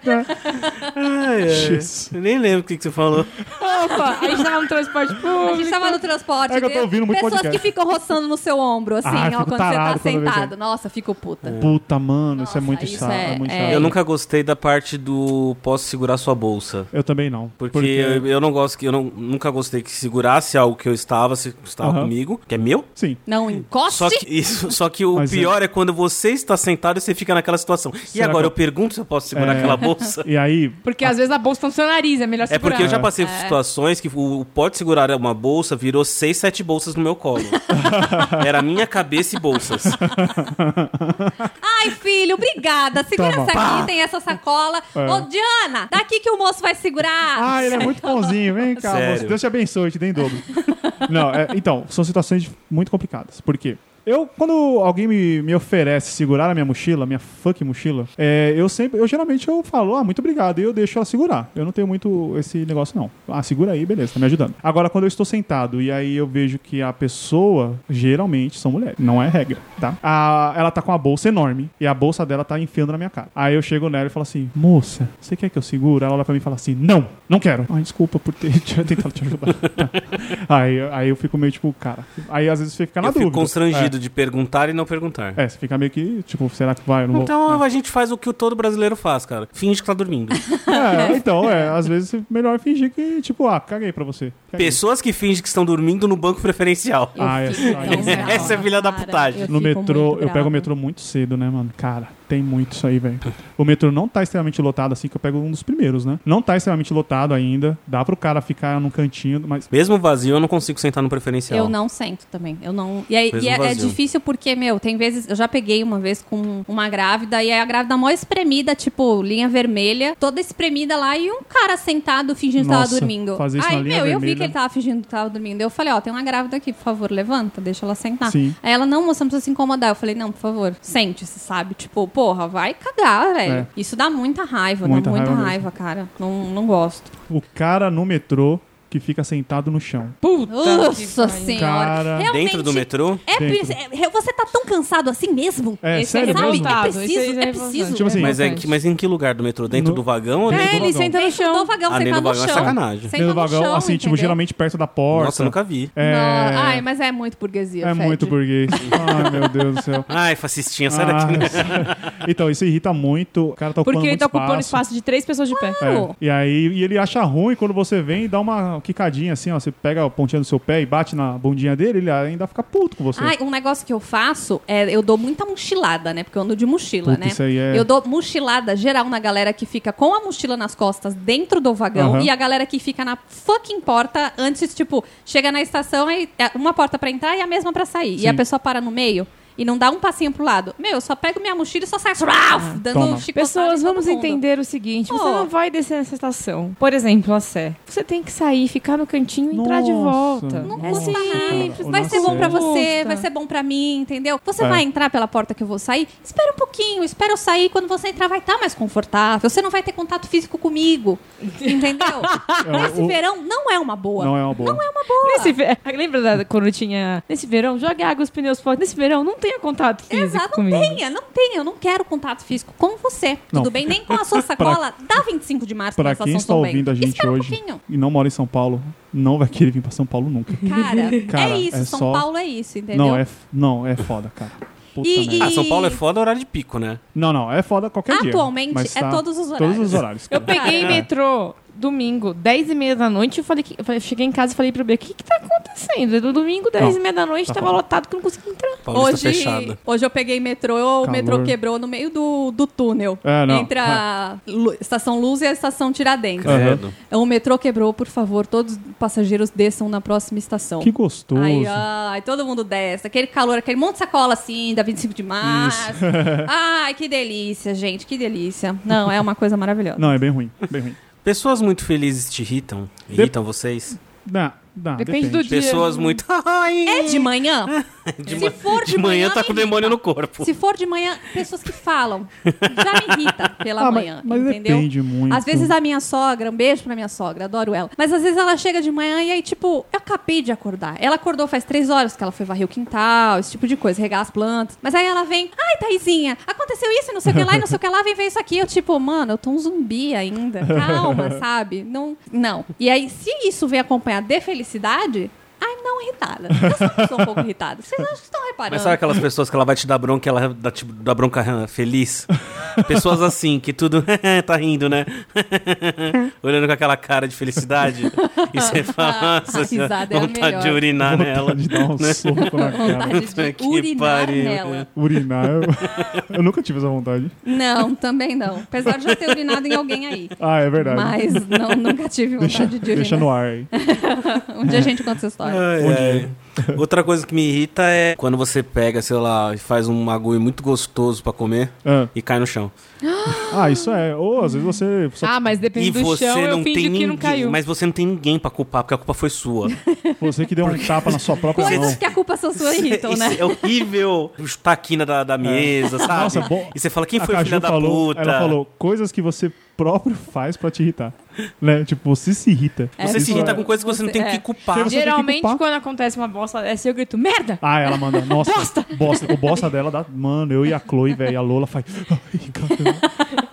Speaker 1: Ai,
Speaker 5: Jesus.
Speaker 1: ai. Nem lembro o que, que você falou.
Speaker 4: Opa, a gente tava no transporte público.
Speaker 2: A gente tava no transporte.
Speaker 5: É que eu tô ouvindo muito
Speaker 2: Pessoas
Speaker 5: podcast.
Speaker 2: que ficam roçando no seu ombro, assim,
Speaker 5: Ah,
Speaker 2: ó,
Speaker 5: fico
Speaker 2: quando você tá
Speaker 5: tarado quando eu vejo
Speaker 2: sentado. Nossa, fico puta.
Speaker 5: Puta, mano, isso
Speaker 2: Nossa,
Speaker 5: é muito
Speaker 2: isso
Speaker 5: chato.
Speaker 2: é-
Speaker 5: é muito
Speaker 2: é-
Speaker 5: chato.
Speaker 1: Eu nunca gostei da parte do posso segurar sua bolsa.
Speaker 5: Eu também não.
Speaker 1: Porque, eu, eu não gosto que eu não- nunca gostei que segurasse algo que eu estava, se estava
Speaker 5: Aham.
Speaker 1: comigo, que é meu.
Speaker 5: Sim.
Speaker 2: Não encoste.
Speaker 1: Só que, isso, só que o
Speaker 5: Mas é-
Speaker 1: pior é. quando você está sentado e você fica naquela situação. E
Speaker 5: Será
Speaker 1: agora
Speaker 5: que
Speaker 1: eu...
Speaker 5: eu-
Speaker 1: pergunto se eu posso segurar
Speaker 5: É.
Speaker 1: aquela
Speaker 2: <laughs>
Speaker 1: bolsa?
Speaker 5: E aí,
Speaker 4: Porque às vezes a bolsa tá no seu nariz, é melhor
Speaker 1: É
Speaker 4: segurar.
Speaker 1: porque eu já passei por situações que o o pode segurar é uma bolsa virou seis, sete bolsas no meu colo.
Speaker 5: <laughs>
Speaker 1: Era minha cabeça e bolsas.
Speaker 2: Ai, filho, obrigada. Segura
Speaker 5: Toma. É.
Speaker 2: essa aqui, tem essa sacola. Ô, Diana, daqui que o moço vai segurar.
Speaker 5: Ah, ele é muito bonzinho. Vem cá,
Speaker 1: Sério.
Speaker 5: moço. Deus te abençoe, te dê em dobro. Não, é, então, são situações muito complicadas. Por quê? Eu, quando alguém me, me oferece segurar a minha mochila, minha fucking mochila, é, eu sempre, eu geralmente eu falo, ah, muito obrigado, e eu deixo ela segurar. Eu não tenho muito esse negócio, não. Ah, segura aí, beleza, tá me ajudando. Agora, quando eu estou sentado e aí eu vejo que a pessoa, geralmente são mulheres, não é regra, tá? A- ela tá com uma bolsa enorme e a bolsa dela tá enfiando na minha cara. Aí eu chego nela e falo assim, moça, você quer que eu segure? Ela olha pra mim e fala assim, não, não quero. Ai, desculpa por ter <laughs> te- tentado te ajudar. Tá. aí, aí eu fico meio tipo, cara. Aí às vezes você fica na
Speaker 1: eu
Speaker 5: dúvida.
Speaker 1: fico constrangido de perguntar e não perguntar.
Speaker 5: É. É, você fica meio que, tipo, será que vai? Eu não vou.
Speaker 1: Então a gente faz o que o todo brasileiro faz, cara. Finge que tá dormindo.
Speaker 5: <laughs>
Speaker 2: né?
Speaker 5: É, então, é, às vezes é melhor fingir que, tipo, ah, caguei pra você. Caguei.
Speaker 1: Pessoas que fingem que estão dormindo no banco preferencial.
Speaker 2: Eu
Speaker 5: Ah,
Speaker 2: fico
Speaker 5: essa-
Speaker 2: tão brava,
Speaker 1: essa é filha da
Speaker 2: cara.
Speaker 1: putagem.
Speaker 2: Eu
Speaker 5: No
Speaker 2: fico
Speaker 5: metrô,
Speaker 2: muito
Speaker 5: eu pego
Speaker 2: brava.
Speaker 5: o metrô muito cedo, né, mano? Cara, tem muito isso aí, velho. O metrô não tá extremamente lotado assim, que eu pego um dos primeiros, né? Não tá extremamente lotado ainda. Dá pro cara ficar num cantinho, mas.
Speaker 1: Mesmo vazio, eu não consigo sentar no preferencial.
Speaker 2: Eu não sento também. Eu não. E, aí,
Speaker 1: Mesmo
Speaker 2: e é, é
Speaker 1: um vazio.
Speaker 2: difícil porque, meu, tem vezes. Eu já peguei uma vez com uma grávida e aí a grávida mó espremida, tipo, linha vermelha, toda espremida lá e um cara sentado fingindo que
Speaker 5: Nossa,
Speaker 2: tava dormindo.
Speaker 5: fazer isso
Speaker 2: aí,
Speaker 5: na linha
Speaker 2: meu, eu vi
Speaker 5: vermelha.
Speaker 2: que ele tava fingindo que tava dormindo. Eu falei, ó, tem uma grávida aqui, por favor, levanta, deixa ela sentar.
Speaker 5: Sim.
Speaker 2: Aí ela, não, moça, não precisa se incomodar. Eu falei, não, por favor, sente-se, sabe? Tipo, porra, vai cagar, velho.
Speaker 5: É.
Speaker 2: Isso dá muita raiva,
Speaker 5: Muita
Speaker 2: dá muita
Speaker 5: raiva
Speaker 2: raiva,
Speaker 5: mesmo.
Speaker 2: cara. Não, não gosto.
Speaker 5: O cara no metrô que fica sentado no chão.
Speaker 4: Puta que
Speaker 2: Nossa
Speaker 4: pariu.
Speaker 2: senhora.
Speaker 5: Cara.
Speaker 2: Realmente,
Speaker 1: Dentro do metrô?
Speaker 2: É,
Speaker 5: Dentro.
Speaker 2: é- você tá tão cansado assim mesmo?
Speaker 5: É,
Speaker 4: Esse
Speaker 5: sério
Speaker 4: é
Speaker 5: mesmo?
Speaker 2: revoltado.
Speaker 4: revoltado.
Speaker 2: É preciso,
Speaker 4: Esse aí
Speaker 2: é
Speaker 4: é revoltante.
Speaker 2: preciso.
Speaker 5: Tipo assim,
Speaker 1: Mas, é,
Speaker 4: Importante.
Speaker 1: que- mas em que lugar? Do metrô? Dentro
Speaker 5: No-
Speaker 1: do vagão ou
Speaker 4: É,
Speaker 1: dentro do
Speaker 4: ele
Speaker 5: vagão.
Speaker 4: senta no
Speaker 2: Dentro do
Speaker 4: chão.
Speaker 2: vagão,
Speaker 1: Ah,
Speaker 2: você
Speaker 1: dentro
Speaker 2: tá
Speaker 1: do
Speaker 2: no
Speaker 1: vagão é
Speaker 2: chão.
Speaker 1: sacanagem.
Speaker 2: Senta
Speaker 5: Dentro do
Speaker 2: no
Speaker 5: vagão,
Speaker 2: chão,
Speaker 5: assim, tipo,
Speaker 2: entendeu?
Speaker 5: geralmente perto da porta.
Speaker 1: Nossa, nunca vi.
Speaker 5: É,
Speaker 2: Não, Ai, mas é muito burguesia,
Speaker 5: é
Speaker 2: Fred.
Speaker 5: muito
Speaker 2: <laughs>
Speaker 5: burguês. Ai, meu Deus do céu.
Speaker 1: Ai, fascistinha, sai daqui. né?
Speaker 5: Ah, então, isso irrita muito. O cara tá ocupando
Speaker 4: Porque ele
Speaker 5: muito
Speaker 4: tá ocupando espaço de três pessoas de pé.
Speaker 2: Claro.
Speaker 5: É, E aí e ele acha ruim quando você vem e dá uma quicadinha assim, ó. Você pega a pontinha do seu pé e bate na bundinha dele, ele ainda fica puto com você.
Speaker 2: Ai, um negócio que eu faço é eu dou muita mochilada, né? Porque eu ando de mochila,
Speaker 5: Puta,
Speaker 2: né?
Speaker 5: isso aí é-
Speaker 2: Eu dou mochilada geral na galera que fica com a mochila nas costas dentro do vagão
Speaker 5: Aham.
Speaker 2: e a galera que fica na fucking porta antes, tipo, chega na estação e é uma porta pra entrar e a mesma pra sair. E
Speaker 5: Sim.
Speaker 2: a pessoa para no meio. e não dá um passinho pro lado. Meu, eu só pego minha mochila e só saio raf, dando
Speaker 5: Ah, toma.
Speaker 2: chicotada
Speaker 4: Pessoas,
Speaker 2: em todo
Speaker 4: vamos
Speaker 2: mundo.
Speaker 4: entender o seguinte: você
Speaker 2: Oh.
Speaker 4: não vai descer nessa estação. Por exemplo, a Sé. Você tem que sair, ficar no cantinho e entrar de
Speaker 5: Nossa.
Speaker 4: volta.
Speaker 2: Não
Speaker 5: É
Speaker 2: custa
Speaker 5: simples.
Speaker 2: nada. Vai
Speaker 5: Nossa,
Speaker 2: ser bom pra
Speaker 5: sério.
Speaker 2: você,
Speaker 4: Custa.
Speaker 2: vai ser bom pra mim, entendeu? Você
Speaker 5: É.
Speaker 2: vai entrar pela porta que eu vou sair? Espera um pouquinho, espera eu sair. Quando você entrar, vai estar mais confortável. Você não vai ter contato físico comigo.
Speaker 5: <laughs>
Speaker 2: Entendeu?
Speaker 5: É,
Speaker 2: Esse
Speaker 5: o-
Speaker 2: verão não é uma boa.
Speaker 5: Não é uma boa.
Speaker 4: Nesse ver... <laughs> Lembra da... quando tinha. Nesse verão, jogue água os pneus fora. Nesse verão, não tenha contato físico.
Speaker 2: Exato, não
Speaker 4: comigo.
Speaker 2: tenha, não tenha. Eu não quero contato físico com você.
Speaker 5: Não.
Speaker 2: Tudo bem? Nem com a sua
Speaker 5: <laughs>
Speaker 2: sacola. Dá 25 de março
Speaker 5: Pra
Speaker 2: na
Speaker 5: quem
Speaker 2: estação
Speaker 5: está
Speaker 2: São Bento.
Speaker 5: ouvindo a gente
Speaker 2: Espera um
Speaker 5: hoje
Speaker 2: pouquinho.
Speaker 5: e não mora em São Paulo, não vai querer vir pra São Paulo nunca.
Speaker 2: Cara,
Speaker 5: <laughs> Cara,
Speaker 2: é isso.
Speaker 5: é
Speaker 2: São
Speaker 5: só-
Speaker 2: Paulo é isso, entendeu?
Speaker 5: Não é, f- não, é foda, cara. Puta
Speaker 2: E-
Speaker 5: merda.
Speaker 2: e-
Speaker 1: Ah, São Paulo é foda horário de pico, né?
Speaker 5: Não, não, é foda qualquer dia.
Speaker 2: Atualmente,
Speaker 5: mas
Speaker 2: é
Speaker 5: tá-
Speaker 2: todos os
Speaker 5: Todos
Speaker 2: horários.
Speaker 5: os horários.
Speaker 4: Eu
Speaker 5: cara.
Speaker 4: peguei
Speaker 5: É.
Speaker 4: metrô domingo, 10 e meia da noite, eu falei que. eu falei- cheguei em casa e falei pro B, o que, que tá acontecendo? Do domingo, 10 e
Speaker 5: Não,
Speaker 4: meia da noite,
Speaker 5: tá
Speaker 4: tava
Speaker 5: bom.
Speaker 4: lotado que eu não consegui entrar.
Speaker 1: Paulista
Speaker 2: hoje,
Speaker 1: fechada.
Speaker 2: hoje eu peguei metrô, o metrô quebrou no meio do, do túnel.
Speaker 5: É, não,
Speaker 2: Entre a Lu- estação Luz e a estação Tiradentes. Então,
Speaker 5: Aham.
Speaker 1: Credo.
Speaker 2: O metrô quebrou, por favor, todos os passageiros desçam na próxima estação.
Speaker 5: Que gostoso.
Speaker 2: Ai, ai, todo mundo desce. Aquele calor, aquele monte de sacola assim, da 25 de março. <laughs> ai, que delícia, gente, que delícia. Não, é uma coisa maravilhosa.
Speaker 5: Não, é bem ruim. Bem ruim.
Speaker 1: Pessoas muito felizes te irritam? Irritam vocês?
Speaker 5: Não, não,
Speaker 4: Depende do dia.
Speaker 1: Pessoas muito. <laughs> Ai,
Speaker 2: É de manhã? Se for
Speaker 1: <laughs>
Speaker 2: de,
Speaker 1: de manhã tá
Speaker 2: me
Speaker 1: com o demônio no
Speaker 2: irrita.
Speaker 1: corpo.
Speaker 2: Se for de manhã, pessoas que falam. Já me irrita pela
Speaker 5: Ah, mas-
Speaker 2: manhã,
Speaker 5: mas
Speaker 2: entendeu?
Speaker 5: depende muito.
Speaker 2: Às vezes a minha sogra, um beijo pra minha sogra, adoro ela. Mas às vezes ela chega de manhã e aí, tipo, eu acabei de acordar. Ela acordou faz três horas que ela foi varrer o quintal, esse tipo de coisa, regar as plantas. Mas aí ela vem, ai, Taizinha, aconteceu isso e não sei o que lá, e não sei o que lá, vem ver isso aqui. Eu, tipo, mano, eu tô um zumbi ainda. Calma, sabe? Não. Não. E aí, se isso vem acompanhado de felicidade. Ai, não, irritada. Eu sou uma pessoa um pouco irritada. Vocês não estão reparando.
Speaker 1: Mas sabe aquelas pessoas que ela vai te dar bronca e ela dá, tipo, dá bronca ah, feliz? Pessoas assim, que tudo <laughs> tá rindo, né? <laughs> Olhando com aquela cara de felicidade. e você fala, nossa,
Speaker 2: A
Speaker 1: senhora,
Speaker 2: risada é a
Speaker 1: vontade de
Speaker 2: melhor.
Speaker 1: urinar nela. né?
Speaker 5: Vontade de dar um soco
Speaker 1: <laughs>
Speaker 5: na cara.
Speaker 2: vontade de
Speaker 1: Que
Speaker 2: urinar
Speaker 1: pariu.
Speaker 2: nela.
Speaker 5: Urinar, eu... eu nunca tive essa vontade.
Speaker 2: Não, também não. Apesar de já ter urinado em alguém aí.
Speaker 5: Ah, é verdade.
Speaker 2: Mas não, nunca tive
Speaker 5: deixa,
Speaker 2: vontade de urinar.
Speaker 5: deixa no ar aí.
Speaker 2: Um dia a gente conta essa
Speaker 4: Tá.
Speaker 2: história.
Speaker 1: Ai, ai. Ah, é. <laughs> Outra coisa que me irrita é quando você pega, sei lá, e faz um agulho muito gostoso pra comer
Speaker 5: Ah,
Speaker 1: e cai no chão.
Speaker 5: Ah, isso é. Ou às vezes você. só-
Speaker 4: Ah, mas
Speaker 1: e
Speaker 4: depende do
Speaker 1: você
Speaker 4: chão, eu
Speaker 1: não
Speaker 4: fingi
Speaker 1: tem
Speaker 4: que
Speaker 1: ninguém.
Speaker 4: não caiu.
Speaker 1: Mas você não tem ninguém pra culpar, porque a culpa foi
Speaker 4: <laughs>
Speaker 1: sua.
Speaker 5: Você que deu um tapa na sua própria mão.
Speaker 2: Coisas que a culpa são sua irritam,
Speaker 1: É. Isso
Speaker 2: né?
Speaker 1: é horrível. Chutar a quina da, da mesa, sabe?
Speaker 5: É. Nossa, bom.
Speaker 1: E você fala, quem
Speaker 5: a
Speaker 1: foi o
Speaker 5: Caju
Speaker 1: filho da
Speaker 5: falou,
Speaker 1: puta?
Speaker 5: Ela falou coisas que você próprio faz pra te irritar. Né? Tipo, você se irrita.
Speaker 1: Você se
Speaker 5: Isso
Speaker 1: irrita
Speaker 5: é-
Speaker 1: com coisas que você não tem
Speaker 2: Você-
Speaker 1: que
Speaker 2: é.
Speaker 1: culpar.
Speaker 5: Você tem que
Speaker 4: Geralmente,
Speaker 5: culpar.
Speaker 4: quando acontece uma bosta dessa, eu grito, merda!
Speaker 5: Ah, ela manda. Nossa, bosta. O bosta dela dá. Mano, eu e a Chloe, velho, e a Lola faz. Ai, caramba.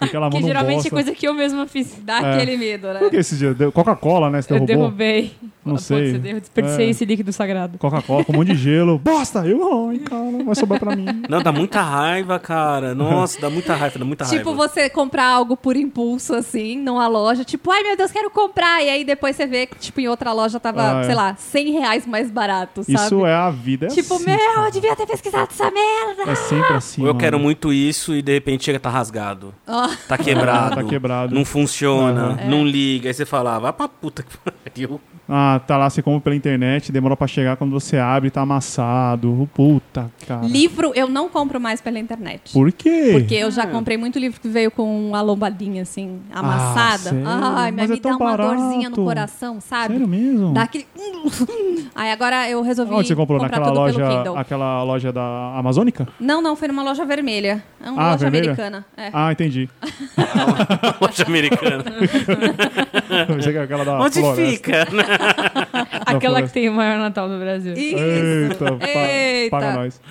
Speaker 5: Porque ela
Speaker 4: que
Speaker 5: manda um
Speaker 4: geralmente
Speaker 5: bosta. É.
Speaker 4: é coisa que eu mesma fiz.
Speaker 2: Dá aquele medo, né?
Speaker 5: Por que esse dia? deu- Coca-Cola, né? Você
Speaker 4: Eu
Speaker 5: derrubou?
Speaker 4: derrubei.
Speaker 5: Não
Speaker 4: Pode
Speaker 5: sei.
Speaker 4: ser, Eu desperdicei
Speaker 5: É.
Speaker 4: esse líquido sagrado.
Speaker 5: Coca-Cola com um monte de
Speaker 2: <laughs>
Speaker 5: gelo. Bosta! Eu, ai, cara, vai sobrar pra mim.
Speaker 1: Não, dá muita raiva, cara. Nossa, dá muita raiva, dá muita
Speaker 2: Tipo,
Speaker 1: raiva.
Speaker 2: você comprar algo por impulso, assim, numa loja. Tipo, ai meu Deus, quero comprar. E aí depois você vê que, tipo, em outra loja tava,
Speaker 5: Ah, é.
Speaker 2: sei lá, 100 reais mais barato, sabe?
Speaker 5: Isso é a vida. É
Speaker 2: Tipo,
Speaker 5: assim,
Speaker 2: meu,
Speaker 5: cara.
Speaker 2: eu devia ter pesquisado essa merda.
Speaker 5: É sempre assim.
Speaker 1: Ou eu
Speaker 5: mano.
Speaker 1: quero muito isso e de repente chega, tá rasgado.
Speaker 2: Ó.
Speaker 1: Tá quebrado.
Speaker 5: tá quebrado.
Speaker 1: Não funciona, não liga. Aí você fala, ah, vai pra puta que pariu.
Speaker 5: Ah, tá lá, você compra pela internet, demora pra chegar, quando você abre, tá amassado. Puta, cara.
Speaker 2: Livro eu não compro mais pela internet.
Speaker 5: Por quê?
Speaker 2: Porque eu
Speaker 1: Ah.
Speaker 2: já comprei muito livro que veio com uma lombadinha, assim, amassada.
Speaker 5: sério?
Speaker 2: Ai, mas
Speaker 5: Mas é
Speaker 2: me dá
Speaker 5: tão
Speaker 2: uma dorzinha
Speaker 5: barato.
Speaker 2: no coração, sabe?
Speaker 5: Sério mesmo?
Speaker 2: Dá aquele... hum, Aí agora eu resolvi
Speaker 5: Onde você comprou?
Speaker 2: comprar
Speaker 5: Naquela
Speaker 2: tudo pelo
Speaker 5: loja,
Speaker 2: Kindle.
Speaker 5: aquela loja da Amazônica?
Speaker 2: Não, não, foi numa loja vermelha. É uma
Speaker 5: Ah,
Speaker 2: loja
Speaker 5: vermelha?
Speaker 2: americana. É. <laughs>
Speaker 5: Ah, entendi.
Speaker 1: Loja americana.
Speaker 2: É.
Speaker 5: Você quer aquela da
Speaker 1: Onde
Speaker 5: floresta.
Speaker 1: fica? né?
Speaker 4: Aquela
Speaker 5: floresta.
Speaker 4: que tem o maior Natal do Brasil.
Speaker 2: Isso.
Speaker 5: Eita,
Speaker 2: Eita.
Speaker 5: Pa paga nós.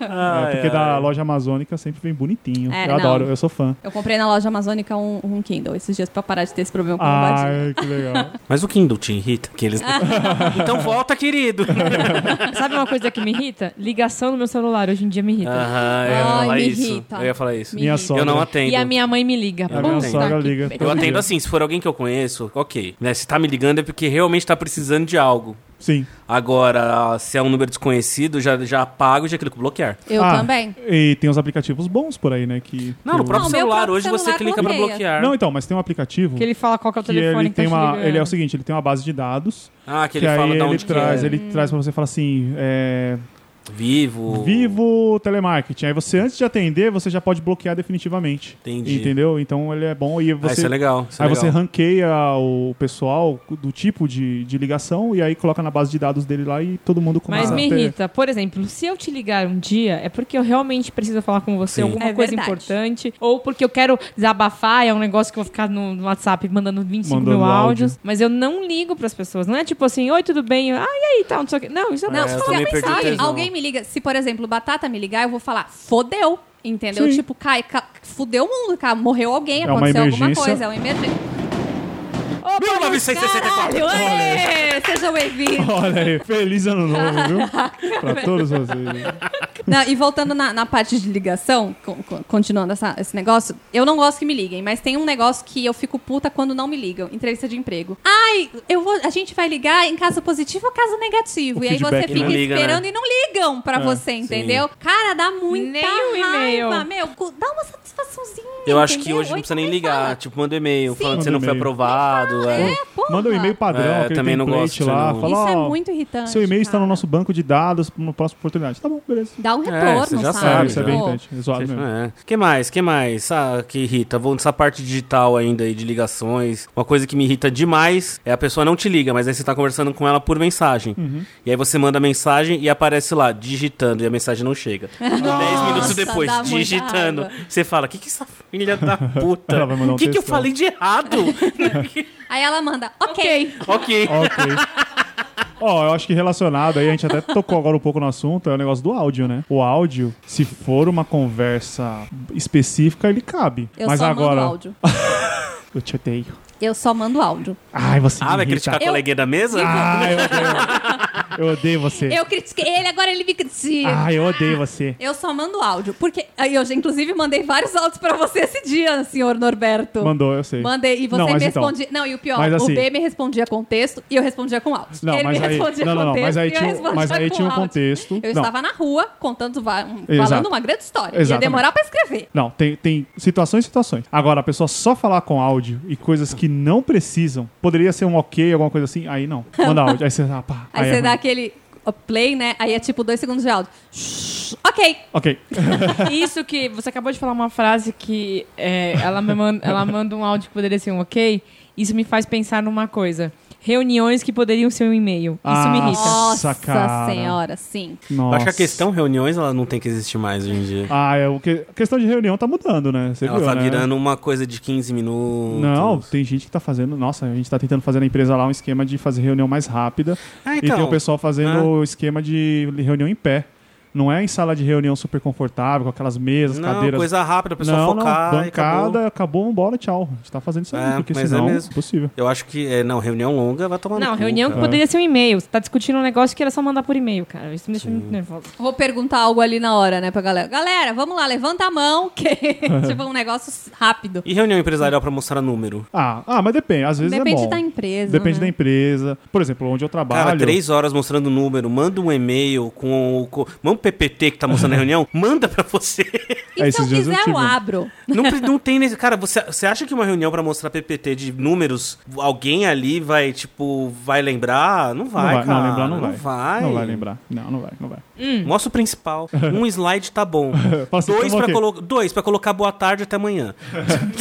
Speaker 1: Ai,
Speaker 5: é, porque
Speaker 1: ai.
Speaker 5: da loja amazônica sempre vem bonitinho.
Speaker 2: É,
Speaker 5: eu
Speaker 2: não.
Speaker 5: adoro, eu sou fã.
Speaker 2: Eu comprei na loja amazônica um, um Kindle esses dias pra parar de ter esse problema com
Speaker 5: Ah,
Speaker 2: a lombadinha.
Speaker 5: Ai, que
Speaker 4: <laughs>
Speaker 5: legal.
Speaker 1: Mas o Kindle te irrita? Que eles... então volta, querido.
Speaker 4: Sabe uma coisa que me irrita? Ligação no meu celular. Hoje em dia
Speaker 5: Ah,
Speaker 4: me irrita.
Speaker 1: Aham, eu ia
Speaker 2: Ai,
Speaker 1: falar
Speaker 2: me
Speaker 1: isso.
Speaker 2: irrita.
Speaker 1: Eu ia falar isso.
Speaker 2: Me
Speaker 5: Minha
Speaker 2: irrita.
Speaker 5: sogra.
Speaker 1: Eu não atendo.
Speaker 4: E a minha mãe me liga.
Speaker 5: A
Speaker 4: Puta
Speaker 5: minha sogra
Speaker 4: que
Speaker 5: liga.
Speaker 4: pariu.
Speaker 1: Eu atendo
Speaker 5: dia.
Speaker 1: assim, se for alguém que eu conheço, ok. Né, se tá me ligando é porque realmente tá precisando de algo.
Speaker 5: Sim.
Speaker 1: Agora, se é um número desconhecido, já, já apago e já clico bloquear.
Speaker 2: Eu
Speaker 5: Ah,
Speaker 2: também.
Speaker 5: E tem uns aplicativos bons por aí, né? Que,
Speaker 1: Não,
Speaker 5: que
Speaker 1: no
Speaker 5: eu-
Speaker 1: próprio
Speaker 2: Não, meu
Speaker 1: celular,
Speaker 2: próprio
Speaker 1: hoje você
Speaker 2: celular
Speaker 1: clica pra
Speaker 2: bloqueia.
Speaker 1: bloquear.
Speaker 5: Não, então, mas tem um aplicativo
Speaker 4: Que ele fala qual que é o
Speaker 5: que
Speaker 4: telefone
Speaker 5: ele
Speaker 4: que
Speaker 5: tem
Speaker 4: tá te
Speaker 5: uma.
Speaker 4: ligando.
Speaker 5: Ele é o seguinte, ele tem uma base de dados
Speaker 1: ah, que
Speaker 5: que,
Speaker 1: ele
Speaker 5: aí
Speaker 1: fala de
Speaker 5: ele
Speaker 4: Hum.
Speaker 1: onde que
Speaker 5: traz,
Speaker 1: é.
Speaker 5: ele traz pra você e fala assim. É...
Speaker 1: Vivo.
Speaker 5: Vivo telemarketing. Aí você, antes de atender, você já pode bloquear definitivamente.
Speaker 1: Entendi.
Speaker 5: Entendeu? Então ele é bom e
Speaker 1: Ah,
Speaker 5: você.
Speaker 1: isso é legal. Isso é
Speaker 5: aí
Speaker 1: legal.
Speaker 5: você ranqueia o pessoal do tipo de, de ligação e aí coloca na base de dados dele lá e todo mundo começa
Speaker 4: Mas
Speaker 5: a
Speaker 4: me
Speaker 5: ter-
Speaker 4: irrita. Por exemplo, se eu te ligar um dia, é porque eu realmente preciso falar com
Speaker 1: Sim.
Speaker 4: você alguma
Speaker 2: É
Speaker 4: coisa
Speaker 2: verdade.
Speaker 4: importante. Ou porque eu quero desabafar, é um negócio que eu vou ficar no no WhatsApp mandando 25
Speaker 5: Mandando
Speaker 4: mil
Speaker 5: áudio.
Speaker 4: áudios. Mas eu não ligo pras pessoas. Não é tipo assim, oi, tudo bem? Ah, e aí, tal, não sei o quê. Não, isso é
Speaker 2: Não,
Speaker 4: não.
Speaker 2: se
Speaker 1: eu
Speaker 2: for
Speaker 1: também
Speaker 2: pensar,
Speaker 1: perdi o
Speaker 2: alguém-
Speaker 1: tesão.
Speaker 2: alguém me liga, se por exemplo, Batata me ligar, eu vou falar, fodeu. Entendeu? Tipo, cai, ca- fudeu o mundo, cara. Morreu alguém,
Speaker 5: É uma
Speaker 2: aconteceu alguma
Speaker 5: emergência.
Speaker 2: coisa, é uma emergência.
Speaker 4: Opa,
Speaker 1: 1964.
Speaker 2: Caralho, ê, Sejam bem-vindos.
Speaker 5: Olha aí, feliz ano
Speaker 2: <laughs>
Speaker 5: novo, viu? pra todos vocês.
Speaker 2: Não, e voltando na, na parte de ligação, con- con- continuando essa- esse negócio, eu não gosto que me liguem, mas tem um negócio que eu fico puta quando não me ligam. Entrevista de emprego. Ai, eu vou, a gente vai ligar em caso positivo ou caso negativo.
Speaker 5: O
Speaker 2: e aí você
Speaker 5: feedback,
Speaker 2: fica
Speaker 1: né? Liga,
Speaker 2: esperando e não ligam pra
Speaker 5: É,
Speaker 2: você, entendeu? Cara, dá muita
Speaker 4: Nem o e-mail.
Speaker 2: raiva, meu. cu- Dá uma satisfaçãozinha.
Speaker 1: Eu acho que
Speaker 2: entendeu?
Speaker 1: hoje não
Speaker 2: Oi,
Speaker 1: precisa
Speaker 2: como
Speaker 1: nem
Speaker 2: é que
Speaker 1: ligar.
Speaker 2: fala?
Speaker 1: Tipo, manda e-mail
Speaker 2: Sim.
Speaker 1: falando que você não foi
Speaker 5: um Manda e-mail.
Speaker 1: aprovado. É.
Speaker 2: É, porra.
Speaker 5: Manda um e-mail padrão,
Speaker 1: É,
Speaker 5: aquele
Speaker 1: também não
Speaker 5: template
Speaker 1: gosto disso,
Speaker 5: lá.
Speaker 1: não.
Speaker 5: Fala,
Speaker 2: Isso é
Speaker 5: ó,
Speaker 2: muito irritante,
Speaker 5: Seu e-mail está no
Speaker 2: cara.
Speaker 5: nosso banco de dados para uma próxima oportunidade. Tá bom, beleza.
Speaker 2: Dá um
Speaker 1: É,
Speaker 2: retorno,
Speaker 1: você já
Speaker 2: sabe?
Speaker 1: sabe,
Speaker 5: é, isso é bem
Speaker 2: Pô.
Speaker 5: irritante. É zoado mesmo.
Speaker 1: É. Que mais? Que mais? Ah, que irrita. Vou nessa parte digital ainda aí de ligações. Uma coisa que me irrita demais é a pessoa não te liga, mas aí você tá conversando com ela por mensagem.
Speaker 5: Uhum.
Speaker 1: E aí você manda mensagem e aparece lá, digitando, e a mensagem não
Speaker 2: <laughs>
Speaker 1: chega. Dez minutos depois,
Speaker 2: dá muita
Speaker 1: digitando.
Speaker 2: raiva.
Speaker 1: Você fala, o que que essa filha da puta?
Speaker 5: <laughs> Ela vai mandar um
Speaker 1: O que que eu
Speaker 5: textão.
Speaker 1: falei de
Speaker 2: <laughs>
Speaker 1: errado? <laughs>
Speaker 2: Aí ela manda, ok.
Speaker 1: ok.
Speaker 5: Ok. Ó, eu acho que relacionado aí, a gente até tocou agora um pouco no assunto, é o negócio do áudio, né? O áudio, se for uma conversa específica, ele cabe.
Speaker 2: Eu
Speaker 5: Mas
Speaker 2: só
Speaker 5: agora.
Speaker 2: mando áudio.
Speaker 5: Eu te odeio.
Speaker 2: Eu só mando áudio.
Speaker 5: Ai, você
Speaker 1: Ah,
Speaker 5: me
Speaker 1: vai
Speaker 5: irrita.
Speaker 1: criticar a
Speaker 2: Eu-
Speaker 1: coleguinha da mesa?
Speaker 5: Ai, eu odeio. Eu odeio você.
Speaker 2: Tipo, Eu critiquei ele, agora ele me critica.
Speaker 5: Ai, eu odeio você.
Speaker 2: Eu só mando áudio, porque aí eu já inclusive mandei vários áudios pra você esse dia, senhor Norberto.
Speaker 5: Mandou, eu sei.
Speaker 2: Mandei e você
Speaker 5: Não,
Speaker 2: me
Speaker 5: mas então.
Speaker 2: respondia. Não, e o pior,
Speaker 5: Mas assim-
Speaker 2: o B me respondia com texto e eu respondia com áudio.
Speaker 5: Não,
Speaker 2: Ele
Speaker 5: mas
Speaker 2: me
Speaker 5: aí-
Speaker 2: respondia
Speaker 5: não,
Speaker 2: com
Speaker 5: não, não,
Speaker 2: texto
Speaker 5: mas aí
Speaker 2: e eu
Speaker 5: tinha-
Speaker 2: respondia
Speaker 5: mas aí
Speaker 2: com
Speaker 5: tinha um
Speaker 2: áudio.
Speaker 5: contexto.
Speaker 2: Eu
Speaker 5: Não.
Speaker 2: estava na rua contando va- um- falando
Speaker 5: Exato.
Speaker 2: uma grande história. Ia
Speaker 5: Exatamente.
Speaker 2: demorar pra escrever.
Speaker 5: Não, tem, tem situações e situações. Agora, a pessoa só falar com áudio e coisas que não precisam, poderia ser um ok, alguma coisa assim, aí não.
Speaker 2: <laughs>
Speaker 5: Manda áudio. Aí você, ah, pá,
Speaker 2: Aí
Speaker 5: é
Speaker 2: você dá
Speaker 5: ruim.
Speaker 2: aquele ó, play, né? Aí é tipo dois segundos de áudio. Shhh, ok.
Speaker 5: Ok.
Speaker 4: <laughs> Isso que você acabou de falar uma frase que é, ela, me manda, ela manda um áudio que poderia ser um ok. Isso me faz pensar numa coisa. Reuniões que poderiam ser um e-mail. Isso
Speaker 5: Ah,
Speaker 4: me irrita.
Speaker 5: Nossa,
Speaker 2: Nossa
Speaker 5: cara.
Speaker 2: senhora, sim.
Speaker 5: Nossa.
Speaker 1: Eu Ah, acho que a questão reuniões, ela não tem que existir mais hoje em dia.
Speaker 5: Ah, é o que... a questão de reunião tá mudando, né? Você
Speaker 1: Ela
Speaker 5: viu,
Speaker 1: tá
Speaker 5: né?
Speaker 1: virando uma coisa de 15 minutos.
Speaker 5: Não, tem gente que tá fazendo. Nossa, a gente tá tentando fazer na empresa lá um esquema de fazer reunião mais rápida.
Speaker 1: Ah,
Speaker 5: e tem
Speaker 1: então.
Speaker 5: o pessoal fazendo
Speaker 1: Ah.
Speaker 5: o esquema de reunião em pé. Não é em sala de reunião super confortável, com aquelas mesas,
Speaker 1: Não,
Speaker 5: cadeiras
Speaker 1: coisa rápida, a pessoa
Speaker 5: não,
Speaker 1: focar.
Speaker 5: não,
Speaker 1: e acabou.
Speaker 5: bancada, acabou. vambora, tchau. A gente tá fazendo isso aí,
Speaker 1: É,
Speaker 5: porque
Speaker 1: mas é
Speaker 5: senão é
Speaker 1: mesmo.
Speaker 5: impossível.
Speaker 1: Eu acho que, é, não, reunião longa vai tomar no
Speaker 4: Não,
Speaker 1: cu,
Speaker 4: reunião que
Speaker 1: cara.
Speaker 4: poderia ser um e-mail. Você tá discutindo um negócio que era só mandar por e-mail, cara. Isso me deixa muito nervosa.
Speaker 2: Vou perguntar algo ali na hora, né, pra galera. Galera, vamos lá, levanta a mão, <laughs> que tipo um negócio rápido.
Speaker 1: E reunião empresarial pra mostrar número?
Speaker 5: Ah, ah, mas depende. Às vezes é
Speaker 2: Depende
Speaker 5: bom.
Speaker 2: da empresa,
Speaker 5: Depende
Speaker 2: né?
Speaker 5: da empresa. Por exemplo, onde eu trabalho.
Speaker 1: Cara, três horas mostrando número, manda um e-mail com, o- com manda um PPT que tá mostrando a reunião, <laughs> manda pra você.
Speaker 2: E se
Speaker 5: É,
Speaker 2: eu
Speaker 5: esses dias eu
Speaker 2: quiser, eu,
Speaker 5: tive um.
Speaker 2: abro.
Speaker 1: Não, pre- não tem nesse, cara, você, você acha que uma reunião pra mostrar PPT de números, alguém ali vai tipo vai lembrar? Não
Speaker 5: Não
Speaker 1: vai,
Speaker 5: vai,
Speaker 1: cara.
Speaker 5: não, lembrar não vai.
Speaker 1: Não vai. Hum.
Speaker 5: Não vai lembrar. Não, não vai, não vai.
Speaker 1: Mostra o principal. Um slide tá
Speaker 5: <laughs>
Speaker 1: bom.
Speaker 5: Fala assim,
Speaker 1: Dois
Speaker 5: tamo
Speaker 1: pra,
Speaker 5: ok.
Speaker 1: colo dois pra colocar boa tarde até
Speaker 5: <laughs>
Speaker 1: amanhã.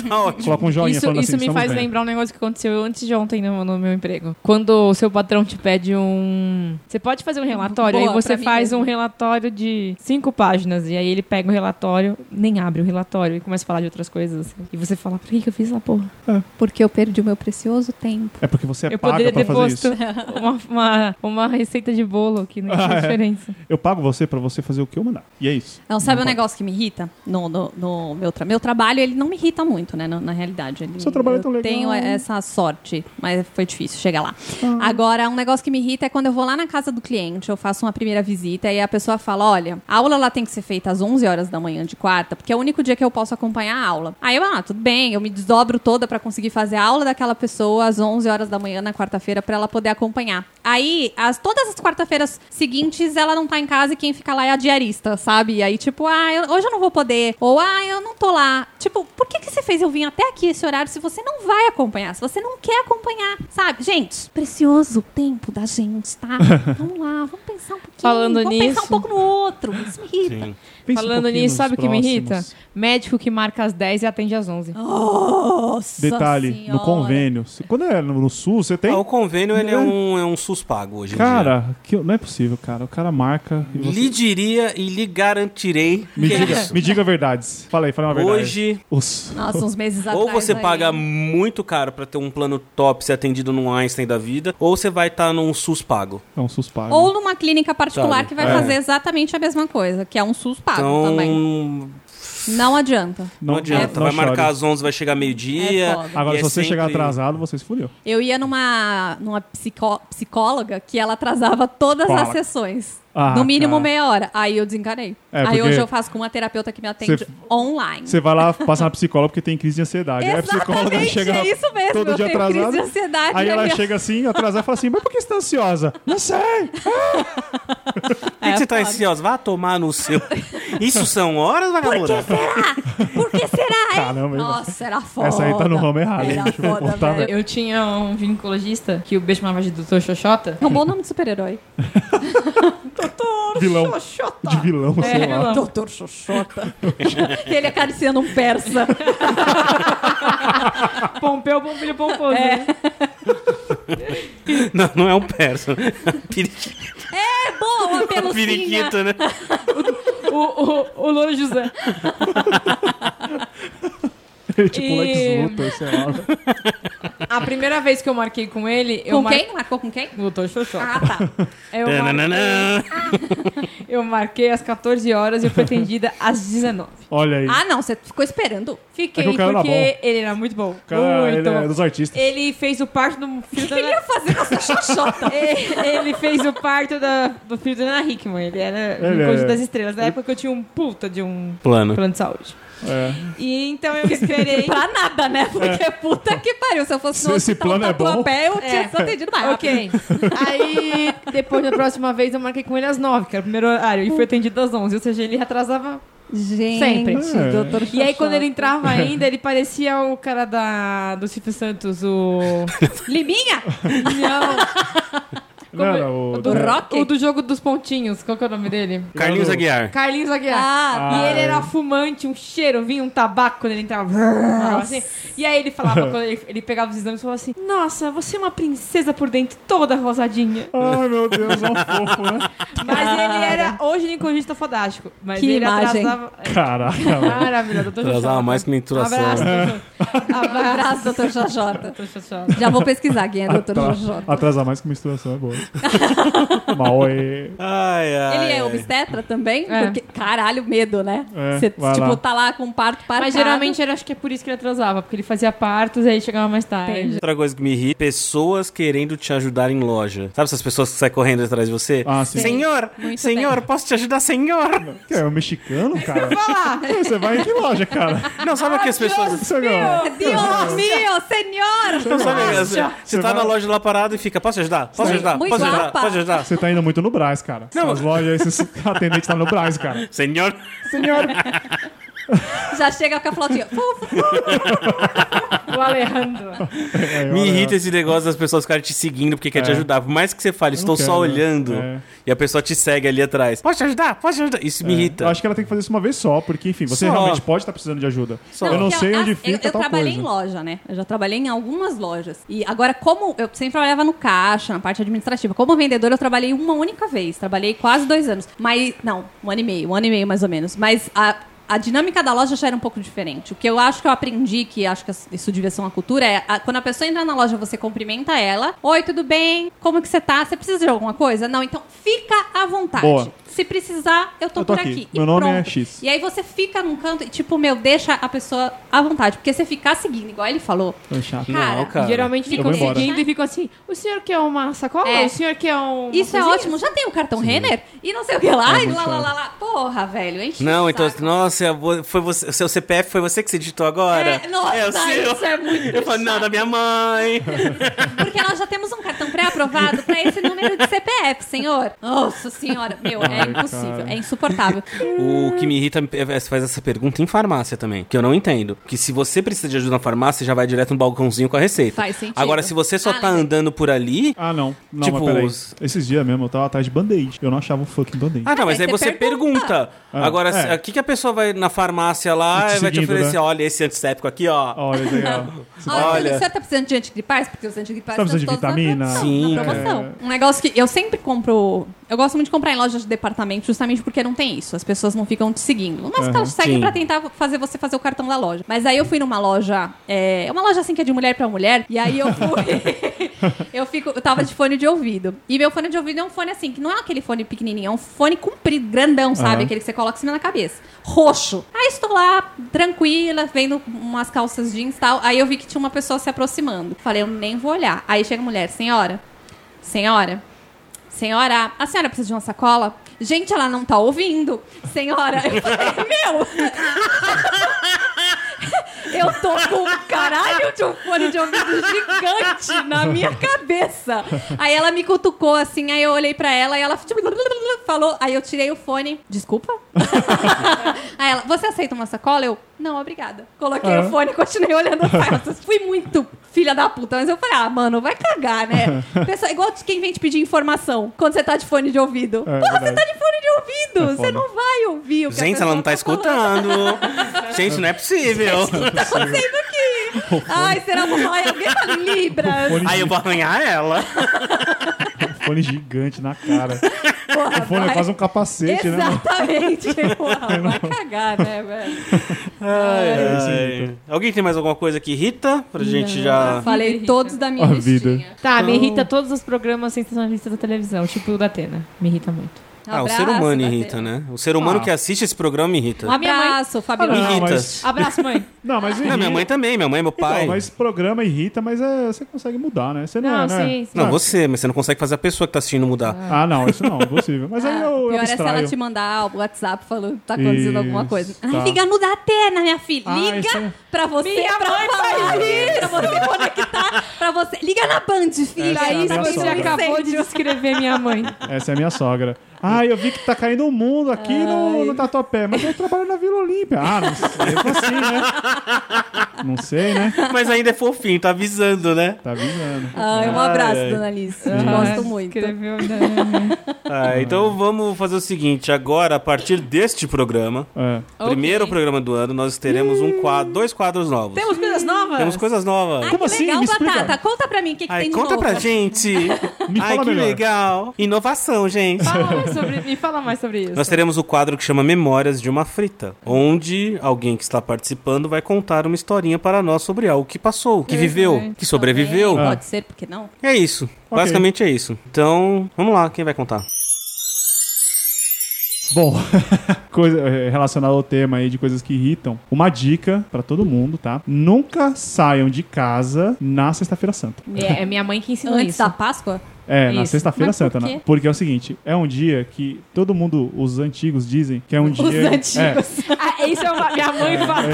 Speaker 1: tá ótimo.
Speaker 5: Coloca um joinha
Speaker 4: isso
Speaker 5: falando
Speaker 4: isso
Speaker 5: assim.
Speaker 4: me
Speaker 5: "Estamos
Speaker 4: faz
Speaker 5: bem."
Speaker 4: lembrar um negócio que aconteceu antes de ontem no, no meu emprego. Quando o seu patrão te pede um. Você pode fazer um relatório,
Speaker 2: Boa,
Speaker 4: aí você
Speaker 2: pra mim
Speaker 4: faz
Speaker 2: mesmo.
Speaker 4: um relatório de cinco páginas. E aí ele pega o relatório, nem abre o relatório e começa a falar de outras coisas. assim. E você fala, por que, que eu fiz essa porra?
Speaker 2: Porque eu perdi o meu precioso tempo.
Speaker 5: É porque você é
Speaker 4: eu
Speaker 5: paga
Speaker 4: poderia
Speaker 5: pra
Speaker 4: ter
Speaker 5: fazer
Speaker 4: posto
Speaker 5: isso.
Speaker 4: <laughs> uma, uma, uma receita de bolo que não
Speaker 5: Ah, <laughs> é.
Speaker 4: faz diferença.
Speaker 5: Eu pago você pra você fazer o que eu mandar. E é isso.
Speaker 2: Não, sabe
Speaker 5: Não
Speaker 2: um
Speaker 5: vai.
Speaker 2: negócio que me irrita? No, no, no meu, tra- meu trabalho, ele não me irrita muito, né? Na, na realidade. Ele,
Speaker 5: Seu trabalho é
Speaker 2: eu
Speaker 5: tão legal.
Speaker 2: tenho essa sorte, mas foi difícil chegar lá.
Speaker 5: Ah.
Speaker 2: Agora, um negócio que me irrita é quando eu vou lá na casa do cliente, eu faço uma primeira visita e a pessoa fala: olha, a aula lá tem que ser feita às 11 horas da manhã de quarta, porque é o único dia que eu posso acompanhar a aula. Aí eu, ah, tudo bem, eu me desdobro toda pra conseguir fazer a aula daquela pessoa às 11 horas da manhã na quarta-feira pra ela poder acompanhar. Aí, as, todas as quarta-feiras seguintes, ela não tá em casa e quem fica lá é a diarista, sabe? E aí, tipo, ah, eu- hoje eu não vou poder. Ou, ah, eu não tô lá. Tipo, por que, que você fez eu vir até aqui esse horário se você não vai acompanhar? Se
Speaker 5: <laughs>
Speaker 2: você não quer acompanhar, sabe? Gente, precioso tempo da gente, tá? vamos lá, vamos pensar pensar um pouquinho.
Speaker 4: Falando
Speaker 2: vamos pensar um
Speaker 4: nisso-
Speaker 2: pouco no outro. Isso me irrita.
Speaker 1: Sim.
Speaker 5: Pense um
Speaker 4: Falando
Speaker 5: pouquinho
Speaker 4: nisso,
Speaker 5: nos
Speaker 4: sabe o que me irrita?
Speaker 5: próximos.
Speaker 4: Médico que marca às 10 e atende às 11.
Speaker 2: Nossa
Speaker 5: Detalhe, no
Speaker 2: Senhora.
Speaker 5: convênio. Se- Quando é no, no SUS, você tem.
Speaker 1: Ah, o convênio ele é um, é um SUS pago hoje em dia.
Speaker 5: Hum. Cara, que, não é possível, cara. O cara marca. e você-
Speaker 1: Lhe diria e lhe garantirei
Speaker 5: Me,
Speaker 1: que é
Speaker 5: diga,
Speaker 1: isso.
Speaker 5: me diga verdades. Fala aí, fala uma verdade.
Speaker 1: Hoje,
Speaker 5: Os-
Speaker 2: Nossa, uns meses Tá atrás.
Speaker 1: ou você
Speaker 2: aí.
Speaker 1: paga muito caro pra ter um plano top ser atendido num Einstein da vida, ou você vai estar num SUS pago.
Speaker 5: <laughs> É um SUS pago.
Speaker 2: Ou numa clínica particular
Speaker 1: Sabe,
Speaker 2: que vai
Speaker 1: é.
Speaker 2: fazer exatamente a mesma coisa, que é um SUS pago também.
Speaker 1: Então,
Speaker 2: Não adianta.
Speaker 1: não adianta.
Speaker 5: não
Speaker 1: vai
Speaker 5: chore.
Speaker 1: marcar às 11, vai chegar
Speaker 2: É
Speaker 1: meio-dia.
Speaker 2: foda.
Speaker 1: e
Speaker 5: Agora,
Speaker 1: é
Speaker 5: se você chegar
Speaker 1: sempre-
Speaker 5: atrasado, você se fudeu.
Speaker 2: Eu ia numa, numa psicó- psicóloga que ela atrasava todas
Speaker 5: Fala.
Speaker 2: as sessões.
Speaker 5: Ah,
Speaker 2: no mínimo
Speaker 5: cara.
Speaker 2: meia hora. Aí eu desencarei.
Speaker 5: É,
Speaker 2: Aí
Speaker 5: porque
Speaker 2: hoje eu faço com uma terapeuta que me atende
Speaker 5: Cê-
Speaker 2: online.
Speaker 5: Você vai lá passar na psicóloga porque tem crise de ansiedade. Aí a psicóloga <laughs>
Speaker 2: Exatamente,
Speaker 5: chega
Speaker 2: é isso mesmo.
Speaker 5: todo
Speaker 2: eu
Speaker 5: dia
Speaker 2: tenho
Speaker 5: atrasada.
Speaker 2: crise de ansiedade.
Speaker 5: Aí
Speaker 2: né,
Speaker 5: ela
Speaker 2: minha-
Speaker 5: chega assim, atrasada, e fala assim: Mas por que você tá ansiosa? Não sei.
Speaker 1: Por que, que você tá ansiosa? Vá tomar no seu. Isso são horas, vagabundo?
Speaker 2: Por que será, hein?
Speaker 5: Caramba, é hein,
Speaker 2: É. Nossa, era foda.
Speaker 5: Essa aí tá no ramo errado, hein?
Speaker 2: Era
Speaker 5: Deixa eu
Speaker 2: foda,
Speaker 5: contar,
Speaker 2: velho.
Speaker 4: Eu tinha um ginecologista que o beijo chamava de Dr. Xoxota.
Speaker 2: É um bom nome de super-herói.
Speaker 5: um Vilão.
Speaker 4: Xoxota!
Speaker 5: De vilão, assim. né?
Speaker 4: É,
Speaker 5: sei lá.
Speaker 4: vilão.
Speaker 2: Doutor Xoxota. <laughs> Ele acariciando um persa.
Speaker 4: Pompeu, Pompilho, Pomposo.
Speaker 2: É.
Speaker 4: né?
Speaker 1: Não, não é um persa. Periquita,
Speaker 2: É boa, pelucinha.
Speaker 1: periquita, né?
Speaker 4: O, o, o Louro José.
Speaker 2: É.
Speaker 5: <laughs> tipo Lex Luthor, sei lá.
Speaker 4: A primeira vez que eu marquei com ele, eu
Speaker 2: Com
Speaker 4: mar-
Speaker 2: quem? Marcou com quem?
Speaker 4: O Dr. Xoxota.
Speaker 2: Ah, tá.
Speaker 4: Eu marquei,
Speaker 1: Tananã.
Speaker 4: eu marquei às 14 horas <laughs> e fui atendida às 19.
Speaker 5: Olha aí.
Speaker 2: Ah, não, você ficou esperando.
Speaker 4: Fiquei
Speaker 5: É que o cara era
Speaker 4: porque
Speaker 5: bom.
Speaker 4: ele era muito bom.
Speaker 5: Cara,
Speaker 4: muito
Speaker 5: ele é
Speaker 4: bom. é
Speaker 5: dos artistas.
Speaker 4: Ele fez o parto <laughs> do filho
Speaker 2: O que
Speaker 4: da
Speaker 2: ele ia fazer com essa
Speaker 4: <laughs>
Speaker 2: xoxota?
Speaker 4: ele, ele fez o parto da- do filho da Ana Hickman. Ele era
Speaker 5: Ele
Speaker 4: o Conjunto
Speaker 5: é.
Speaker 4: das Estrelas. Na época que eu tinha um puta de um
Speaker 1: Plano.
Speaker 4: plano de saúde.
Speaker 5: É.
Speaker 4: E então eu esperei.
Speaker 2: pra nada, né? Porque puta que pariu. Se eu fosse
Speaker 5: Se
Speaker 2: no
Speaker 5: esse plano é bom.
Speaker 2: pé, eu tinha
Speaker 4: É.
Speaker 2: só atendido mais.
Speaker 4: Ok. Aí, depois da próxima vez, eu marquei com ele às 9, que era o primeiro horário, e fui atendido às 11. Ou seja, ele atrasava.
Speaker 2: Gente,
Speaker 4: Sempre.
Speaker 5: É.
Speaker 2: doutor
Speaker 4: E aí, quando ele
Speaker 2: entra...
Speaker 4: entrava ainda, ele parecia o cara da, do Silvio Santos,
Speaker 2: <laughs>
Speaker 4: o.
Speaker 2: Liminha?
Speaker 4: Não,
Speaker 5: Não era o.
Speaker 2: é? Do rock?
Speaker 4: o do jogo dos pontinhos. Qual que é o nome dele?
Speaker 1: Carlinhos Aguiar.
Speaker 4: Carlinhos Aguiar.
Speaker 2: Ah,
Speaker 5: Ah,
Speaker 4: E ele
Speaker 5: é.
Speaker 4: era fumante, um cheiro, vinha um tabaco quando ele entrava. assim. E aí
Speaker 5: <laughs>
Speaker 4: ele falava, quando ele, ele pegava os exames e falava assim: Nossa, você é uma princesa por dentro, toda rosadinha.
Speaker 5: Ai, meu Deus, <laughs> é um fofo, né?
Speaker 4: Mas ele era o ginecologista fodástico. Mas
Speaker 2: Que
Speaker 4: ele
Speaker 2: imagem.
Speaker 4: atrasava.
Speaker 5: Caraca, velho.
Speaker 4: Maravilha, doutor
Speaker 1: Atrasava
Speaker 4: Xoxota.
Speaker 1: mais que minturação.
Speaker 4: Abraço,
Speaker 1: <laughs>
Speaker 4: doutor- Abraço,
Speaker 2: um abraço, doutor Xoxota.
Speaker 4: doutor Xoxota.
Speaker 2: Já vou pesquisar quem é doutor
Speaker 5: Atra-
Speaker 2: Xoxota.
Speaker 5: Atrasar mais que menstruação
Speaker 2: <laughs>
Speaker 5: é boa. Mal é.
Speaker 1: Ai, ai.
Speaker 2: Ele é
Speaker 1: ai.
Speaker 2: obstetra também?
Speaker 4: É.
Speaker 2: Porque, caralho, medo, né?
Speaker 5: É,
Speaker 2: Você,
Speaker 5: vai
Speaker 2: tipo,
Speaker 5: lá.
Speaker 2: tá lá com o parto parado.
Speaker 4: Mas geralmente era, acho que é por isso que ele atrasava, porque ele fazia partos e aí chegava mais tarde.
Speaker 2: Entendi.
Speaker 1: Outra coisa que me irrita, pessoas querendo te ajudar em loja. Sabe essas pessoas que saem correndo atrás de você?
Speaker 5: Ah, sim.
Speaker 1: Senhor,
Speaker 2: Muito
Speaker 1: senhor, posso te ajudar, senhor?
Speaker 5: Que é um mexicano, cara? Você vai em que loja, cara?
Speaker 1: Não, sabe o que as pessoas...
Speaker 5: Você agora.
Speaker 2: Deus meu, senhor!
Speaker 1: Não, sabe, as- você tá
Speaker 5: vai-
Speaker 1: na loja lá parado e fica, posso te ajudar? Posso te ajudar?
Speaker 2: Muito
Speaker 1: Posso te ajudar?
Speaker 2: guapa.
Speaker 1: Posso te ajudar?
Speaker 5: Você tá indo muito no Brás, cara.
Speaker 1: Não.
Speaker 5: As lojas, esses <laughs> atendentes tá no Brás, cara.
Speaker 1: Senhor,
Speaker 2: Já chega com a flautinha. Fu, fu, fu.
Speaker 4: <laughs> O Alejandro.
Speaker 5: É,
Speaker 1: me
Speaker 5: olha,
Speaker 1: irrita esse negócio das pessoas ficarem te seguindo porque quer
Speaker 5: É.
Speaker 1: te ajudar. Por mais que você fale, estou
Speaker 5: quero,
Speaker 1: só
Speaker 5: né?
Speaker 1: olhando.
Speaker 5: É.
Speaker 1: E a pessoa te segue ali atrás. Posso te ajudar? Posso te ajudar? Isso me irrita.
Speaker 5: Eu acho que ela tem que fazer isso uma vez só, porque, enfim, você
Speaker 1: Só.
Speaker 5: realmente pode estar precisando de ajuda. Eu não
Speaker 2: porque
Speaker 5: sei
Speaker 2: é a-
Speaker 5: onde
Speaker 2: eu-
Speaker 5: fica
Speaker 2: Eu,
Speaker 5: tal
Speaker 2: trabalhei
Speaker 5: coisa.
Speaker 2: em loja, né? Eu já trabalhei em algumas lojas. E agora, como eu sempre trabalhava no caixa, na parte administrativa, como vendedora, eu trabalhei uma única vez. Trabalhei quase dois anos. Mas, não, um ano e meio, um ano e meio mais ou menos. Mas a. A dinâmica da loja já era um pouco diferente. O que eu acho que eu aprendi, que acho que isso devia ser uma cultura, é a- quando a pessoa entra na loja, você cumprimenta ela. Oi, tudo bem? Como que você tá? Você precisa de alguma coisa? Não, então fica à vontade.
Speaker 5: Boa.
Speaker 2: Se precisar, eu tô,
Speaker 5: Eu tô
Speaker 2: por
Speaker 5: aqui.
Speaker 2: aqui. E
Speaker 5: Meu nome é
Speaker 2: pronto.
Speaker 5: X.
Speaker 2: E aí você fica num canto e, tipo, meu, deixa a pessoa à vontade. Porque você ficar seguindo, igual ele falou.
Speaker 5: É chato.
Speaker 2: Cara,
Speaker 1: Não, cara.
Speaker 4: Geralmente
Speaker 5: Eu
Speaker 4: ficam
Speaker 5: vou embora.
Speaker 4: seguindo e ficam assim: o senhor quer uma sacola?
Speaker 2: É.
Speaker 4: O senhor quer um.
Speaker 2: Isso é ótimo, já tem o cartão Renner e não sei o que
Speaker 5: É
Speaker 2: lá, e lá, lá, lá, lá. Porra, velho, enche
Speaker 1: Não,
Speaker 2: o
Speaker 1: então,
Speaker 2: saco.
Speaker 1: nossa, vo- foi você, seu CPF foi você que se digitou agora?
Speaker 2: É, nossa,
Speaker 1: o seu.
Speaker 2: isso é muito
Speaker 1: Eu falo, não, da minha
Speaker 5: <laughs>
Speaker 1: mãe.
Speaker 2: Porque nós já temos um cartão pré-aprovado pra esse número de CPF, senhor. Nossa senhora, meu, é impossível,
Speaker 5: cara.
Speaker 2: é insuportável.
Speaker 1: O que me irrita é você faz essa pergunta em farmácia também, que eu não entendo. Que se você precisa de ajuda na farmácia, você já vai direto no balcãozinho com a receita.
Speaker 2: Faz sentido.
Speaker 1: Agora, se você só
Speaker 2: Ah,
Speaker 1: tá
Speaker 2: não.
Speaker 1: andando por ali.
Speaker 5: Ah, não. Não,
Speaker 1: Tipo,
Speaker 5: mas peraí.
Speaker 1: os-
Speaker 5: Esses dias mesmo eu tava atrás de band-aid. Eu não achava o fucking band-aid.
Speaker 1: Ah, não, mas,
Speaker 2: mas é
Speaker 1: aí
Speaker 2: você
Speaker 1: você pergunta.
Speaker 5: Ah,
Speaker 1: Agora,
Speaker 5: é.
Speaker 1: o que, que a pessoa vai na farmácia lá
Speaker 5: E te
Speaker 1: e vai te
Speaker 5: seguindo,
Speaker 1: oferecer?
Speaker 5: né?
Speaker 1: Olha, esse antisséptico aqui, ó.
Speaker 5: Olha, esse aí, ó. <laughs>
Speaker 2: Olha,
Speaker 1: Olha.
Speaker 2: você tá precisando de antigripais? Porque os antigripais
Speaker 5: Tá precisando
Speaker 2: estão
Speaker 5: de
Speaker 2: todos na
Speaker 5: vitamina?
Speaker 2: promoção,
Speaker 1: Sim,
Speaker 2: na promoção.
Speaker 5: cara.
Speaker 2: Um negócio que eu sempre compro... Eu gosto muito de comprar em lojas de departamento justamente porque não tem isso. As pessoas não ficam te seguindo. Mas elas seguem
Speaker 1: sim.
Speaker 2: pra tentar fazer você fazer o cartão da loja. Mas aí eu fui numa loja... É uma loja assim que é de mulher pra mulher. E aí eu fui... eu, fico, eu tava de fone de ouvido. E meu fone de ouvido é um fone assim, que não é aquele fone pequenininho. É um fone comprido, grandão, sabe?
Speaker 5: Aham.
Speaker 2: Aquele que você coloca em cima da cabeça. Roxo. Aí estou lá, tranquila, vendo umas calças jeans e tal. Aí eu vi que tinha uma pessoa se aproximando. Falei, eu nem vou olhar. Aí chega a mulher, senhora, senhora, senhora, a senhora precisa de uma sacola? Gente, ela não tá ouvindo. Senhora, eu falei, meu! Eu tô com um caralho de um fone de ouvido gigante na minha cabeça. Aí ela me cutucou assim, aí eu olhei pra ela e ela tipo, falou. Aí eu tirei o fone. Desculpa? <laughs> aí ela, você aceita uma sacola? Eu, não, obrigada. Coloquei
Speaker 5: Ah.
Speaker 2: o fone e continuei olhando as calças. Fui muito filha da puta, mas eu falei, ah, mano, vai cagar,
Speaker 5: <laughs>
Speaker 2: né? Pessoa, igual quem vem te pedir informação quando você tá de fone de ouvido.
Speaker 5: É,
Speaker 2: Porra, você
Speaker 5: verdade.
Speaker 2: tá de fone de ouvido,
Speaker 5: É
Speaker 2: você
Speaker 5: foda.
Speaker 2: não vai ouvir o que a
Speaker 1: Gente, ela
Speaker 2: pessoa
Speaker 1: não tá
Speaker 2: falando. <laughs>
Speaker 1: escutando. Gente, não é
Speaker 5: <laughs>
Speaker 1: possível.
Speaker 2: tá acontecendo aqui? Ai, será que vai alguém fala em Libras?
Speaker 5: Fone,
Speaker 1: Aí eu vou arranhar ela.
Speaker 5: fone gigante na cara.
Speaker 2: Porra,
Speaker 5: O fone é
Speaker 2: vai.
Speaker 5: quase um capacete, né? mano?
Speaker 2: Exatamente,
Speaker 5: <laughs>
Speaker 2: porra, vai cagar, né, velho?
Speaker 5: ai.
Speaker 1: Ai. Alguém tem mais alguma coisa que irrita? Pra gente já.
Speaker 2: Falei todos da minha
Speaker 5: A vida.
Speaker 2: listinha.
Speaker 4: Tá,
Speaker 1: Então-
Speaker 4: me irrita todos os programas sensacionalistas da televisão, tipo o da Atena. Me irrita muito.
Speaker 1: Ah, o
Speaker 2: Abraço,
Speaker 1: ser humano
Speaker 2: Tatê.
Speaker 1: irrita, né? O ser
Speaker 5: Ah.
Speaker 1: humano que assiste esse programa irrita.
Speaker 4: Ah, A minha mãe-
Speaker 2: Abraço, Fabio.
Speaker 5: Não,
Speaker 1: irrita.
Speaker 5: mas-
Speaker 4: Abraço, mãe.
Speaker 5: Não, mas
Speaker 1: Não, minha
Speaker 5: irrita.
Speaker 1: mãe também, minha mãe, meu pai.
Speaker 5: Então, mas programa irrita, mas é, você consegue mudar, né? Você não,
Speaker 4: Não,
Speaker 5: é, né?
Speaker 4: sim, sim.
Speaker 1: Não, você, mas você não consegue fazer a pessoa que tá assistindo mudar.
Speaker 5: Ah, não, isso não, impossível. Mas aí eu, eu
Speaker 2: Pior é se ela
Speaker 5: abstraio.
Speaker 2: te mandar o WhatsApp falando que tá acontecendo
Speaker 5: Isso,
Speaker 2: alguma coisa. Ai,
Speaker 5: tá.
Speaker 2: liga no da Atena, minha filha.
Speaker 5: Ah, isso
Speaker 2: Liga
Speaker 5: é-
Speaker 2: pra você
Speaker 4: Minha
Speaker 2: pra
Speaker 4: mãe faz
Speaker 2: falar. Pra você conectar. Pra você. Liga na Band, filha.
Speaker 5: Essa é a
Speaker 2: Aí
Speaker 5: minha
Speaker 2: você
Speaker 5: sogra.
Speaker 4: Acabou de descrever minha mãe.
Speaker 5: Essa é a minha sogra. Ah, eu vi que tá caindo o mundo aqui no, no Tatuapé, mas eu trabalho na Vila Olímpia. Ah, não sei, eu assim, né? Não sei, né?
Speaker 2: Ah.
Speaker 1: Mas ainda é fofinho, tá avisando, né?
Speaker 5: Tá avisando.
Speaker 2: Ai, um abraço, dona Alice. Eu Gosto muito.
Speaker 4: Descreveu da minha mãe.
Speaker 1: Ah, então vamos fazer o seguinte: agora, a partir deste programa,
Speaker 5: É.
Speaker 1: primeiro programa do ano, nós teremos um quadro, dois quadros novos.
Speaker 4: Temos coisas novas?
Speaker 1: Temos coisas novas.
Speaker 2: Hum. Ai,
Speaker 5: Como
Speaker 2: Ah, que
Speaker 5: assim?
Speaker 2: legal,
Speaker 5: Me explica.
Speaker 2: Batata. Conta pra mim o que, que
Speaker 1: Ai,
Speaker 2: tem de
Speaker 1: conta
Speaker 2: novo.
Speaker 1: pra
Speaker 2: <laughs>
Speaker 1: gente.
Speaker 5: Me
Speaker 1: Ai,
Speaker 5: fala
Speaker 1: que
Speaker 5: melhor.
Speaker 1: legal. Inovação, gente.
Speaker 5: <laughs>
Speaker 4: Fala mais sobre- me fala mais sobre isso.
Speaker 1: Nós teremos o quadro que chama Memórias de uma Frita, onde alguém que está participando vai contar uma historinha para nós sobre algo que passou, que viveu, que sobreviveu.
Speaker 5: Ah.
Speaker 2: Também, Pode ser, porque não?
Speaker 1: É isso. Basicamente é isso. Então, vamos lá, quem vai contar?
Speaker 5: Bom, <laughs> coisa eh, relacionada ao tema aí de coisas que irritam. Uma dica pra todo mundo, tá? Nunca saiam de casa na sexta-feira santa.
Speaker 4: É, é minha mãe que ensinou
Speaker 2: Antes
Speaker 4: isso.
Speaker 2: da Páscoa?
Speaker 5: É, na
Speaker 4: Isso.
Speaker 5: sexta-feira
Speaker 2: Mas por
Speaker 5: santa,
Speaker 2: quê?
Speaker 5: né? Porque é o seguinte, é um dia que todo mundo, os antigos dizem que é um dia...
Speaker 4: antigos. Ah, isso é uma, minha mãe <laughs> fala.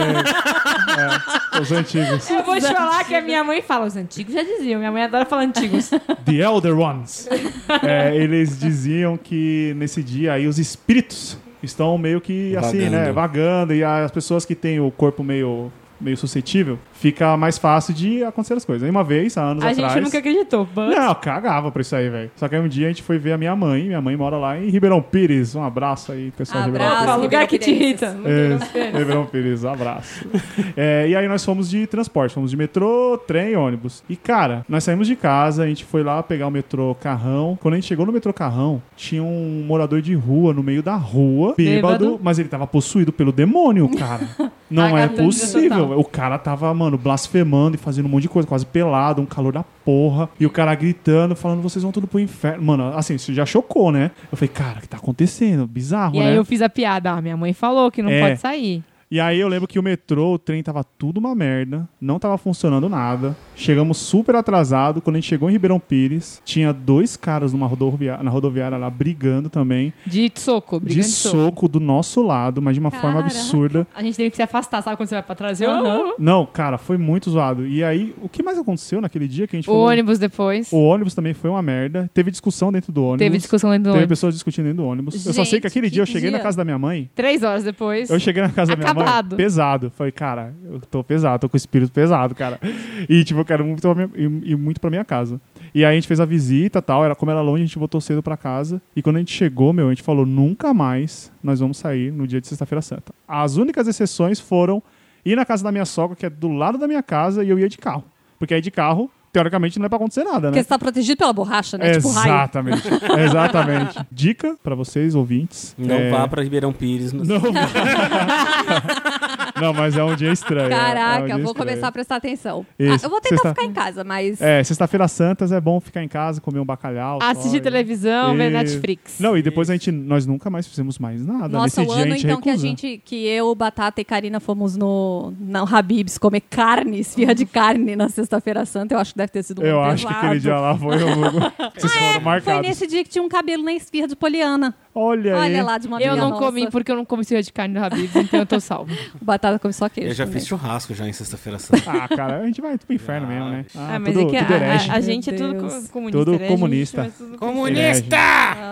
Speaker 5: É, os antigos.
Speaker 4: Eu vou te falar que a minha mãe fala. Os antigos já diziam. Minha mãe adora falar antigos.
Speaker 5: The Elder Ones. É, eles diziam que nesse dia aí os espíritos estão meio que assim,
Speaker 1: Vagando.
Speaker 5: né? Vagando. E as pessoas que têm o corpo meio, meio suscetível, fica mais fácil de acontecer as coisas. Aí uma vez, há anos
Speaker 4: A
Speaker 5: atrás.
Speaker 4: gente nunca acreditou. but-
Speaker 5: Não, eu cagava pra isso aí, velho. Só que aí um dia a gente foi ver a minha mãe. Minha mãe mora lá em Ribeirão Pires. Um abraço aí, pessoal de Ribeirão
Speaker 2: Abraço.
Speaker 5: Pires.
Speaker 4: Opa, lugar que te
Speaker 2: Pirências.
Speaker 4: irrita.
Speaker 5: É, Ribeirão Pires, um abraço. É, e aí nós fomos de transporte, fomos de metrô, trem e ônibus. E cara, nós saímos de casa, a gente foi lá pegar o metrô Carrão. Quando a gente chegou no metrô Carrão, tinha um morador de rua no meio da rua, bêbado,
Speaker 4: Bêbado.
Speaker 5: mas ele tava possuído pelo demônio, cara. <laughs> Não é
Speaker 4: Vagabundo
Speaker 5: possível.
Speaker 4: total.
Speaker 5: O cara tava, mano, blasfemando e fazendo um monte de coisa, quase pelado, um calor da porra. E o cara gritando, falando, vocês vão tudo pro inferno. Mano, assim, isso já chocou, né? Eu falei, cara, o que tá acontecendo? Bizarro,
Speaker 4: E
Speaker 5: né?
Speaker 4: aí eu fiz a piada. Ah, minha mãe falou que não
Speaker 5: É.
Speaker 4: pode sair.
Speaker 5: E aí eu lembro que o metrô, o trem tava tudo uma merda, não tava funcionando nada. Chegamos super atrasado. Quando a gente chegou em Ribeirão Pires, tinha dois caras numa rodoviária, na rodoviária lá brigando também.
Speaker 4: De soco, brigando
Speaker 5: de soco do nosso lado, mas de uma forma
Speaker 2: Caraca.
Speaker 5: absurda.
Speaker 4: A gente teve que se afastar, sabe quando você vai pra trás? Eu,
Speaker 5: Não, cara, foi muito zoado. E aí, o que mais aconteceu naquele dia que a gente
Speaker 4: O
Speaker 5: falou-
Speaker 4: ônibus depois.
Speaker 5: Tipo, O ônibus também foi uma merda. Teve discussão dentro do ônibus.
Speaker 4: Teve discussão dentro do
Speaker 5: Teve
Speaker 4: ônibus.
Speaker 5: pessoas discutindo dentro do ônibus. eu só sei
Speaker 2: Gente,
Speaker 5: que aquele dia eu
Speaker 2: que
Speaker 5: cheguei na
Speaker 2: dia.
Speaker 5: casa da minha mãe.
Speaker 4: Três horas depois.
Speaker 5: Eu cheguei na casa da minha mãe
Speaker 4: Acabado.
Speaker 5: pesado. Falei, cara, eu tô pesado, tô com o espírito pesado, cara. E, tipo, eu quero muito pra minha- ir, ir muito pra minha casa. E aí a gente fez a visita e tal. Era, como era longe, a gente voltou cedo pra casa. E quando a gente chegou, meu, a gente falou, nunca mais nós vamos sair no dia de Sexta-feira Santa. As únicas exceções foram ir na casa da minha sogra, que é do lado da minha casa, e eu ia de carro. Porque aí de carro, teoricamente, não é pra acontecer nada, né?
Speaker 2: Porque você tá protegido pela borracha, né? Tipo raio.
Speaker 5: Exatamente, exatamente. Dica pra vocês, ouvintes.
Speaker 1: Não
Speaker 5: é-
Speaker 1: vá pra Ribeirão Pires. Não.
Speaker 2: <laughs>
Speaker 5: Não, não, mas é um dia estranho. é- é um
Speaker 2: Caraca, vou
Speaker 5: dia estranho.
Speaker 2: começar a prestar atenção.
Speaker 5: Isso,
Speaker 2: Ah, eu vou tentar
Speaker 5: sexta-
Speaker 2: ficar em casa, mas.
Speaker 5: É, sexta-feira santas é bom ficar em casa, comer um bacalhau.
Speaker 4: Assistir
Speaker 5: só, e-
Speaker 4: televisão, ver
Speaker 5: E-
Speaker 4: Netflix.
Speaker 5: Não, e depois a gente, nós nunca mais fizemos mais nada.
Speaker 2: Nossa,
Speaker 5: Nesse
Speaker 2: o
Speaker 5: dia
Speaker 2: ano
Speaker 5: a gente
Speaker 2: então que a
Speaker 5: recusa.
Speaker 2: gente, que eu, Batata e Karina fomos no, no Habibs comer carne, esfirra de carne na Sexta-feira Santa, eu acho que deve ter sido muito
Speaker 5: Eu acho que
Speaker 2: pesado.
Speaker 5: aquele dia lá foi
Speaker 2: <laughs>
Speaker 5: um... Vocês foram
Speaker 2: É, Foi
Speaker 5: marcados.
Speaker 2: nesse dia que tinha um cabelo na esfirra de Poliana.
Speaker 5: Olha, aí.
Speaker 2: Olha lá, de uma
Speaker 4: Eu
Speaker 2: amiga
Speaker 4: não
Speaker 2: nossa.
Speaker 4: comi porque eu não comi cirurgia de carne do Habib's, então eu tô <laughs> salvo.
Speaker 2: O Batata come só queijo.
Speaker 1: Eu já
Speaker 2: também.
Speaker 1: fiz churrasco já em sexta-feira
Speaker 5: <laughs>
Speaker 1: santa.
Speaker 5: Ah, cara, a gente vai pro inferno mesmo, né? Ah,
Speaker 4: mas
Speaker 5: tudo,
Speaker 4: é que
Speaker 5: tudo
Speaker 4: a,
Speaker 5: herege.
Speaker 4: a- a gente é
Speaker 2: Meu
Speaker 4: tudo
Speaker 2: Deus.
Speaker 4: co- comunista.
Speaker 5: Tudo
Speaker 4: né? A gente
Speaker 5: comunista.
Speaker 4: é tudo
Speaker 1: Comunista!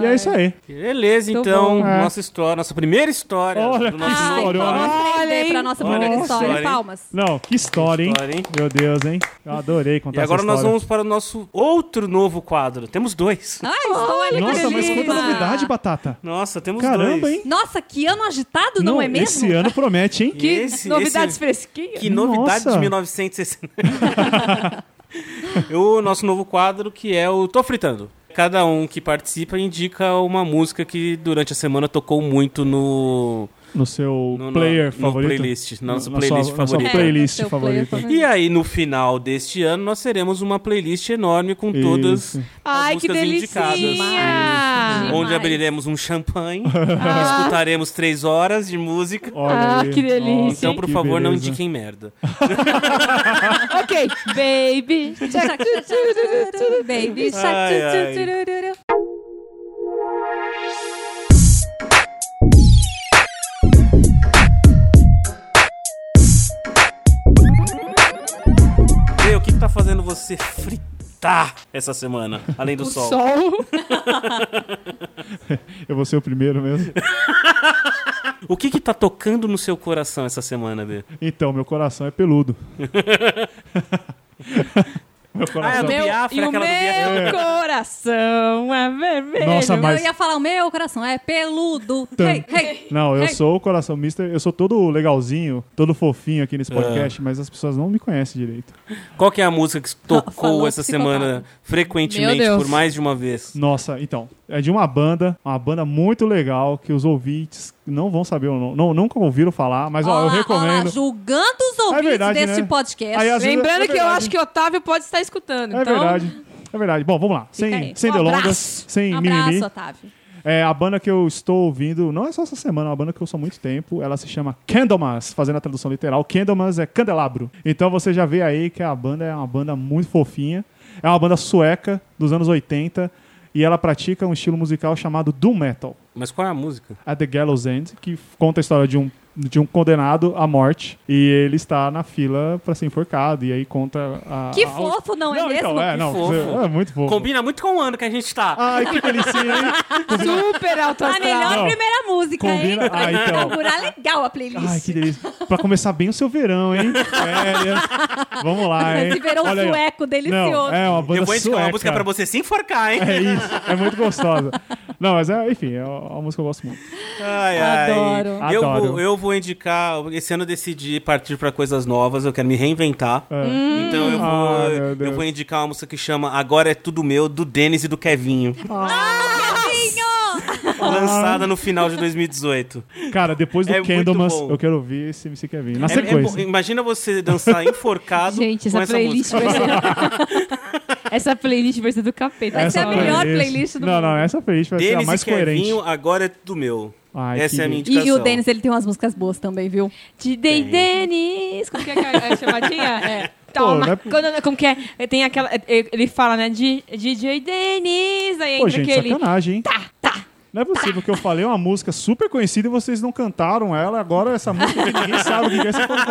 Speaker 5: E é isso aí.
Speaker 1: Beleza,
Speaker 4: Muito
Speaker 1: então,
Speaker 5: bom. É.
Speaker 1: nossa história, nossa primeira história.
Speaker 5: Olha
Speaker 1: do
Speaker 5: que
Speaker 1: nosso
Speaker 2: Ai,
Speaker 1: novo
Speaker 5: Olha,
Speaker 2: vamos
Speaker 5: olha.
Speaker 2: aprender pra nossa
Speaker 1: Olha
Speaker 2: primeira
Speaker 1: que
Speaker 2: história.
Speaker 1: história, hein?
Speaker 2: Palmas.
Speaker 5: Não, que história, hein?
Speaker 1: História, hein?
Speaker 5: Meu Deus, hein? Eu adorei
Speaker 1: E
Speaker 5: contar
Speaker 1: agora
Speaker 5: essa
Speaker 1: nós
Speaker 5: história.
Speaker 1: vamos para o nosso outro novo quadro. Temos dois.
Speaker 2: Ai, história
Speaker 5: Nossa,
Speaker 2: que
Speaker 5: mas quanta
Speaker 2: delícia.
Speaker 5: novidade, Batata.
Speaker 1: Nossa, temos dois.
Speaker 5: Caramba, hein?
Speaker 2: Nossa, que ano agitado, não, é mesmo?
Speaker 5: Esse ano promete, hein?
Speaker 1: E
Speaker 4: Que
Speaker 1: esse-
Speaker 4: novidades
Speaker 1: esse-
Speaker 4: fresquinhas.
Speaker 1: Que novidade
Speaker 5: Nossa.
Speaker 1: de 1960. <laughs> o nosso novo quadro que é o Tô Fritando. Cada um que participa indica uma música que durante a semana tocou muito no.
Speaker 5: No seu
Speaker 1: No- no-
Speaker 5: player
Speaker 1: no
Speaker 5: favorito?
Speaker 1: playlist, na nossa
Speaker 5: Na
Speaker 1: playlist
Speaker 5: sua- na sua
Speaker 1: favorita.
Speaker 2: É,
Speaker 5: playlist
Speaker 2: seu player
Speaker 5: favorita.
Speaker 2: favorito.
Speaker 1: E aí, no final deste ano, nós teremos uma playlist enorme com todas.
Speaker 5: Isso.
Speaker 4: Ai, que
Speaker 1: músicas
Speaker 4: delicinha!
Speaker 1: indicadas.
Speaker 2: Demais.
Speaker 1: Onde abriremos um
Speaker 5: <laughs>
Speaker 1: champanhe,
Speaker 5: Ah.
Speaker 1: escutaremos três horas de música.
Speaker 5: Olha
Speaker 4: Ah,
Speaker 5: aí.
Speaker 4: que delícia, hein?
Speaker 1: Então, por favor, não
Speaker 5: beleza.
Speaker 1: indiquem merda.
Speaker 4: ok,
Speaker 1: <laughs>
Speaker 4: baby.
Speaker 2: Baby shark.
Speaker 1: Ai, é, ai.
Speaker 2: tchurururu.
Speaker 1: Meu, o que, que tá fazendo você fritar essa semana, além do
Speaker 4: <laughs> O
Speaker 1: sol?
Speaker 4: sol.
Speaker 5: Eu vou ser o
Speaker 1: <laughs>
Speaker 5: primeiro mesmo.
Speaker 1: O que que tá tocando no seu coração essa semana, Bê?
Speaker 5: Então, meu coração
Speaker 1: <laughs>
Speaker 5: é peludo. meu
Speaker 1: Ah,
Speaker 5: coração.
Speaker 1: é Biafra,
Speaker 4: e o
Speaker 1: aquela do Biafra.
Speaker 4: meu coração é vermelho.
Speaker 5: É. Nossa, mas- Tá.
Speaker 2: Eu ia falar, o meu coração é peludo.
Speaker 5: Tan-
Speaker 2: Hey, hey.
Speaker 5: Não, eu
Speaker 2: Ei.
Speaker 5: sou o coração mister. Eu sou todo legalzinho, todo fofinho aqui
Speaker 1: É.
Speaker 5: nesse podcast, mas as pessoas não me conhecem direito.
Speaker 1: Qual que é a música que tocou
Speaker 2: Falou
Speaker 1: essa
Speaker 2: psicopata.
Speaker 1: semana frequentemente,
Speaker 4: Meu Deus.
Speaker 1: por mais de uma vez?
Speaker 5: Nossa, então, é de uma banda, uma banda muito legal que os ouvintes não vão saber o nome, não, nunca ouviram falar, mas ó,
Speaker 2: Ó
Speaker 5: eu
Speaker 2: lá, Ah, ó lá,
Speaker 5: recomendo.
Speaker 2: julgando os ouvintes
Speaker 5: verdade,
Speaker 2: deste
Speaker 5: né?
Speaker 2: podcast.
Speaker 5: Aí, às vezes,
Speaker 4: Lembrando
Speaker 5: é
Speaker 4: que eu
Speaker 5: verdade.
Speaker 4: acho que Otávio pode estar escutando.
Speaker 5: É
Speaker 4: então,
Speaker 5: verdade. É verdade. Bom, vamos lá. Sem,
Speaker 2: aí.
Speaker 5: sem
Speaker 2: Um
Speaker 5: delongas,
Speaker 2: abraço.
Speaker 5: sem
Speaker 2: Um
Speaker 5: mimimi.
Speaker 2: abraço, Otávio.
Speaker 5: É, a banda que eu estou ouvindo, não é só essa semana, é uma banda que eu sou há muito tempo. Ela se chama Candlemas, fazendo a tradução literal. Candlemas é candelabro. Então você já vê aí que a banda é uma banda muito fofinha. É uma banda sueca dos anos 80 e ela pratica um estilo musical chamado Doom Metal.
Speaker 1: Mas qual é a música?
Speaker 5: At the Gallows End, que conta a história de um, de um condenado à morte e ele está na fila para ser enforcado. E aí conta a.
Speaker 2: Que
Speaker 5: a-
Speaker 2: fofo, não, é
Speaker 5: Não,
Speaker 2: mesmo?
Speaker 5: então, é, não,
Speaker 1: fofo.
Speaker 5: é muito fofo.
Speaker 1: Combina muito com o ano que a gente tá.
Speaker 5: Ai, que
Speaker 2: <laughs>
Speaker 5: delicinha, hein?
Speaker 4: Super alto
Speaker 2: A melhor
Speaker 4: astral.
Speaker 5: Não.
Speaker 2: primeira música,
Speaker 5: Combina-
Speaker 2: hein?
Speaker 5: Ah, então.
Speaker 2: Inaugurar legal a playlist.
Speaker 5: Ai, que delícia. Pra começar bem o seu verão, hein? Férias. Vamos lá, hein?
Speaker 2: Esse verão
Speaker 5: Olha aí, ó.
Speaker 2: um sueco delicioso.
Speaker 5: Não, é uma banda
Speaker 1: Eu vou indicar
Speaker 5: sueca.
Speaker 1: uma música pra você se
Speaker 5: <laughs>
Speaker 1: enforcar, hein?
Speaker 5: É isso, é muito gostosa. Não, mas é, enfim, é uma música que eu gosto muito.
Speaker 1: Ai, ai.
Speaker 2: Adoro.
Speaker 1: Eu,
Speaker 5: Adoro.
Speaker 1: Vou, eu vou indicar. Esse ano eu decidi partir pra coisas novas, eu quero me reinventar.
Speaker 5: É.
Speaker 1: Então eu vou,
Speaker 5: Ah, meu Deus.
Speaker 1: eu vou indicar uma música que chama Agora é Tudo Meu, do Denis e do Kevinho.
Speaker 2: Ah, Tadinho!
Speaker 1: Tá
Speaker 5: Ah.
Speaker 1: Lançada no final de 2018.
Speaker 5: Cara, depois do
Speaker 1: É muito
Speaker 5: Candlemas,
Speaker 1: bom.
Speaker 5: eu quero ouvir esse MC Kevin. Na
Speaker 1: É- é bom-
Speaker 5: sequência.
Speaker 1: imagina você dançar enforcado
Speaker 4: <laughs> Gente,
Speaker 1: com
Speaker 4: essa,
Speaker 1: essa
Speaker 4: playlist
Speaker 1: música.
Speaker 4: vai ser... <laughs> essa playlist vai ser do capeta.
Speaker 2: Vai ser a melhor
Speaker 5: playlist-
Speaker 2: playlist do
Speaker 5: Não,
Speaker 2: mundo.
Speaker 5: não, essa playlist vai ser a
Speaker 1: Denis
Speaker 5: mais
Speaker 1: e Kevinho,
Speaker 5: coerente.
Speaker 1: agora é tudo meu.
Speaker 5: Ai,
Speaker 1: Essa
Speaker 5: que-
Speaker 1: é a minha
Speaker 2: E,
Speaker 1: indicação.
Speaker 2: e o Denis, ele tem umas músicas boas também, viu?
Speaker 4: De Dei Denis. Como que é a a chamadinha?
Speaker 5: <laughs>
Speaker 4: É. Toma.
Speaker 5: né?
Speaker 4: quando- Como que é? É, Tem aquela. é, é, Ele fala, né? De DJ Denis. Aí
Speaker 5: Pô,
Speaker 4: entra
Speaker 5: gente,
Speaker 4: aquele.
Speaker 5: sacanagem, hein?
Speaker 4: Tá, tá.
Speaker 5: Não é possível que eu falei uma música super conhecida e vocês não cantaram ela. Agora essa música que
Speaker 4: <laughs>
Speaker 5: ninguém sabe o que é. Você falou,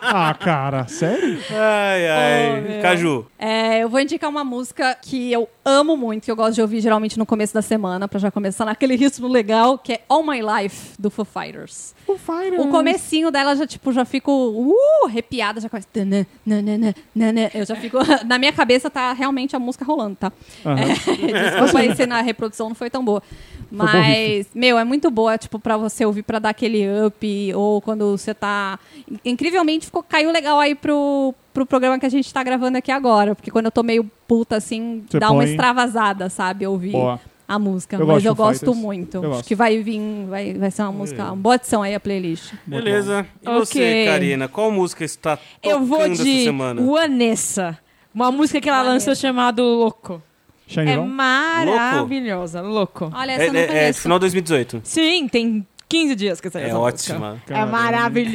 Speaker 5: ah, cara, sério?
Speaker 1: Ai,
Speaker 4: Oh,
Speaker 1: ai.
Speaker 4: meu.
Speaker 1: Caju.
Speaker 2: É, eu vou indicar uma música que eu amo muito, que eu gosto de ouvir geralmente no começo da semana, pra já começar <laughs> naquele ritmo legal, que é All My Life, do Foo Fighters.
Speaker 5: O Fire. né?
Speaker 2: O comecinho dela já, tipo, já fico uh, arrepiada, já começa... tanã, nananã, nanã. Eu já fico... <laughs> Na minha cabeça tá realmente a música rolando, tá?
Speaker 5: Aham.
Speaker 2: É, <laughs> desculpa aí se na reprodução não foi tão boa.
Speaker 5: bom
Speaker 2: Mas, meu, é muito boa, tipo, pra você ouvir pra dar aquele up, ou quando você tá. Incrivelmente ficou, caiu legal aí pro, pro programa que a gente tá gravando aqui agora. Porque quando eu tô meio puta, assim,
Speaker 5: Você
Speaker 2: dá uma
Speaker 5: põe-
Speaker 2: extravasada, sabe?
Speaker 4: É.
Speaker 2: Ouvir
Speaker 5: Boa.
Speaker 2: a música. Mas
Speaker 5: Eu gosto
Speaker 2: eu
Speaker 5: de Foo
Speaker 2: gosto
Speaker 5: Fighters.
Speaker 2: muito.
Speaker 5: Eu
Speaker 2: Acho
Speaker 5: gosto.
Speaker 2: que vai vir, vai, vai ser uma música, uma boa adição aí a playlist.
Speaker 1: Beleza. E
Speaker 4: Ok.
Speaker 1: você, Karina? Qual música está tocando
Speaker 4: Eu vou
Speaker 1: essa
Speaker 4: de
Speaker 1: semana?
Speaker 4: Vanessa. Uma música que ela lançou chamada Louco.
Speaker 5: Shine
Speaker 4: é
Speaker 5: On?
Speaker 4: maravilhosa. Louco.
Speaker 2: Olha, essa
Speaker 1: É,
Speaker 2: eu não
Speaker 1: é, é
Speaker 2: conheço.
Speaker 1: final de 2018.
Speaker 4: Sim, tem 15 dias que saiu
Speaker 1: É
Speaker 4: essa música.
Speaker 1: ótima.
Speaker 4: É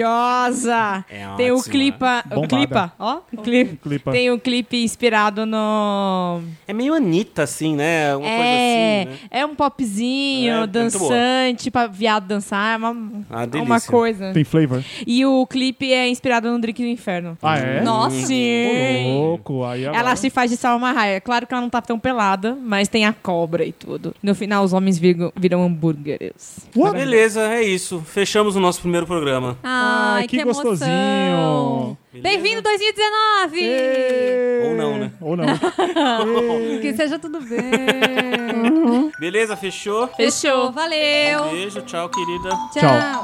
Speaker 4: maravilhosa.
Speaker 1: É
Speaker 4: tem o
Speaker 1: ótima.
Speaker 4: clipa,
Speaker 5: Bombada.
Speaker 4: o clipa, ó, o clipe.
Speaker 5: Clipa.
Speaker 4: Tem o clipe inspirado no
Speaker 1: É meio Anitta, assim, né? Uma
Speaker 4: é,
Speaker 1: coisa assim, né?
Speaker 4: é um
Speaker 1: É, é
Speaker 4: popzinho,
Speaker 1: muito
Speaker 4: dançante, pra viado dançar, é uma,
Speaker 1: Ah,
Speaker 4: é
Speaker 1: delícia.
Speaker 4: uma coisa.
Speaker 5: Tem Flavor?
Speaker 4: E o clipe é inspirado no Drink do Inferno.
Speaker 5: Ah, é?
Speaker 2: Nossa.
Speaker 5: Ô,
Speaker 4: Sim.
Speaker 5: louco. Aí agora...
Speaker 4: Ela se faz de Salma Raia. Claro que ela não tá tão pelada, mas tem a cobra e tudo. No final, os homens viram, viram hambúrgueres.
Speaker 5: What?
Speaker 1: Beleza, é isso. Fechamos o nosso primeiro programa.
Speaker 2: Ai,
Speaker 5: Ai, que
Speaker 2: que, emoção.
Speaker 5: gostosinho.
Speaker 2: Bem-vindo 2019!
Speaker 5: Ê!
Speaker 1: Ou não, né?
Speaker 5: Ou não.
Speaker 2: Que seja tudo bem.
Speaker 1: Beleza, fechou?
Speaker 2: Fechou. Valeu.
Speaker 1: Beijo, tchau, querida.
Speaker 5: Tchau.
Speaker 2: Tchau.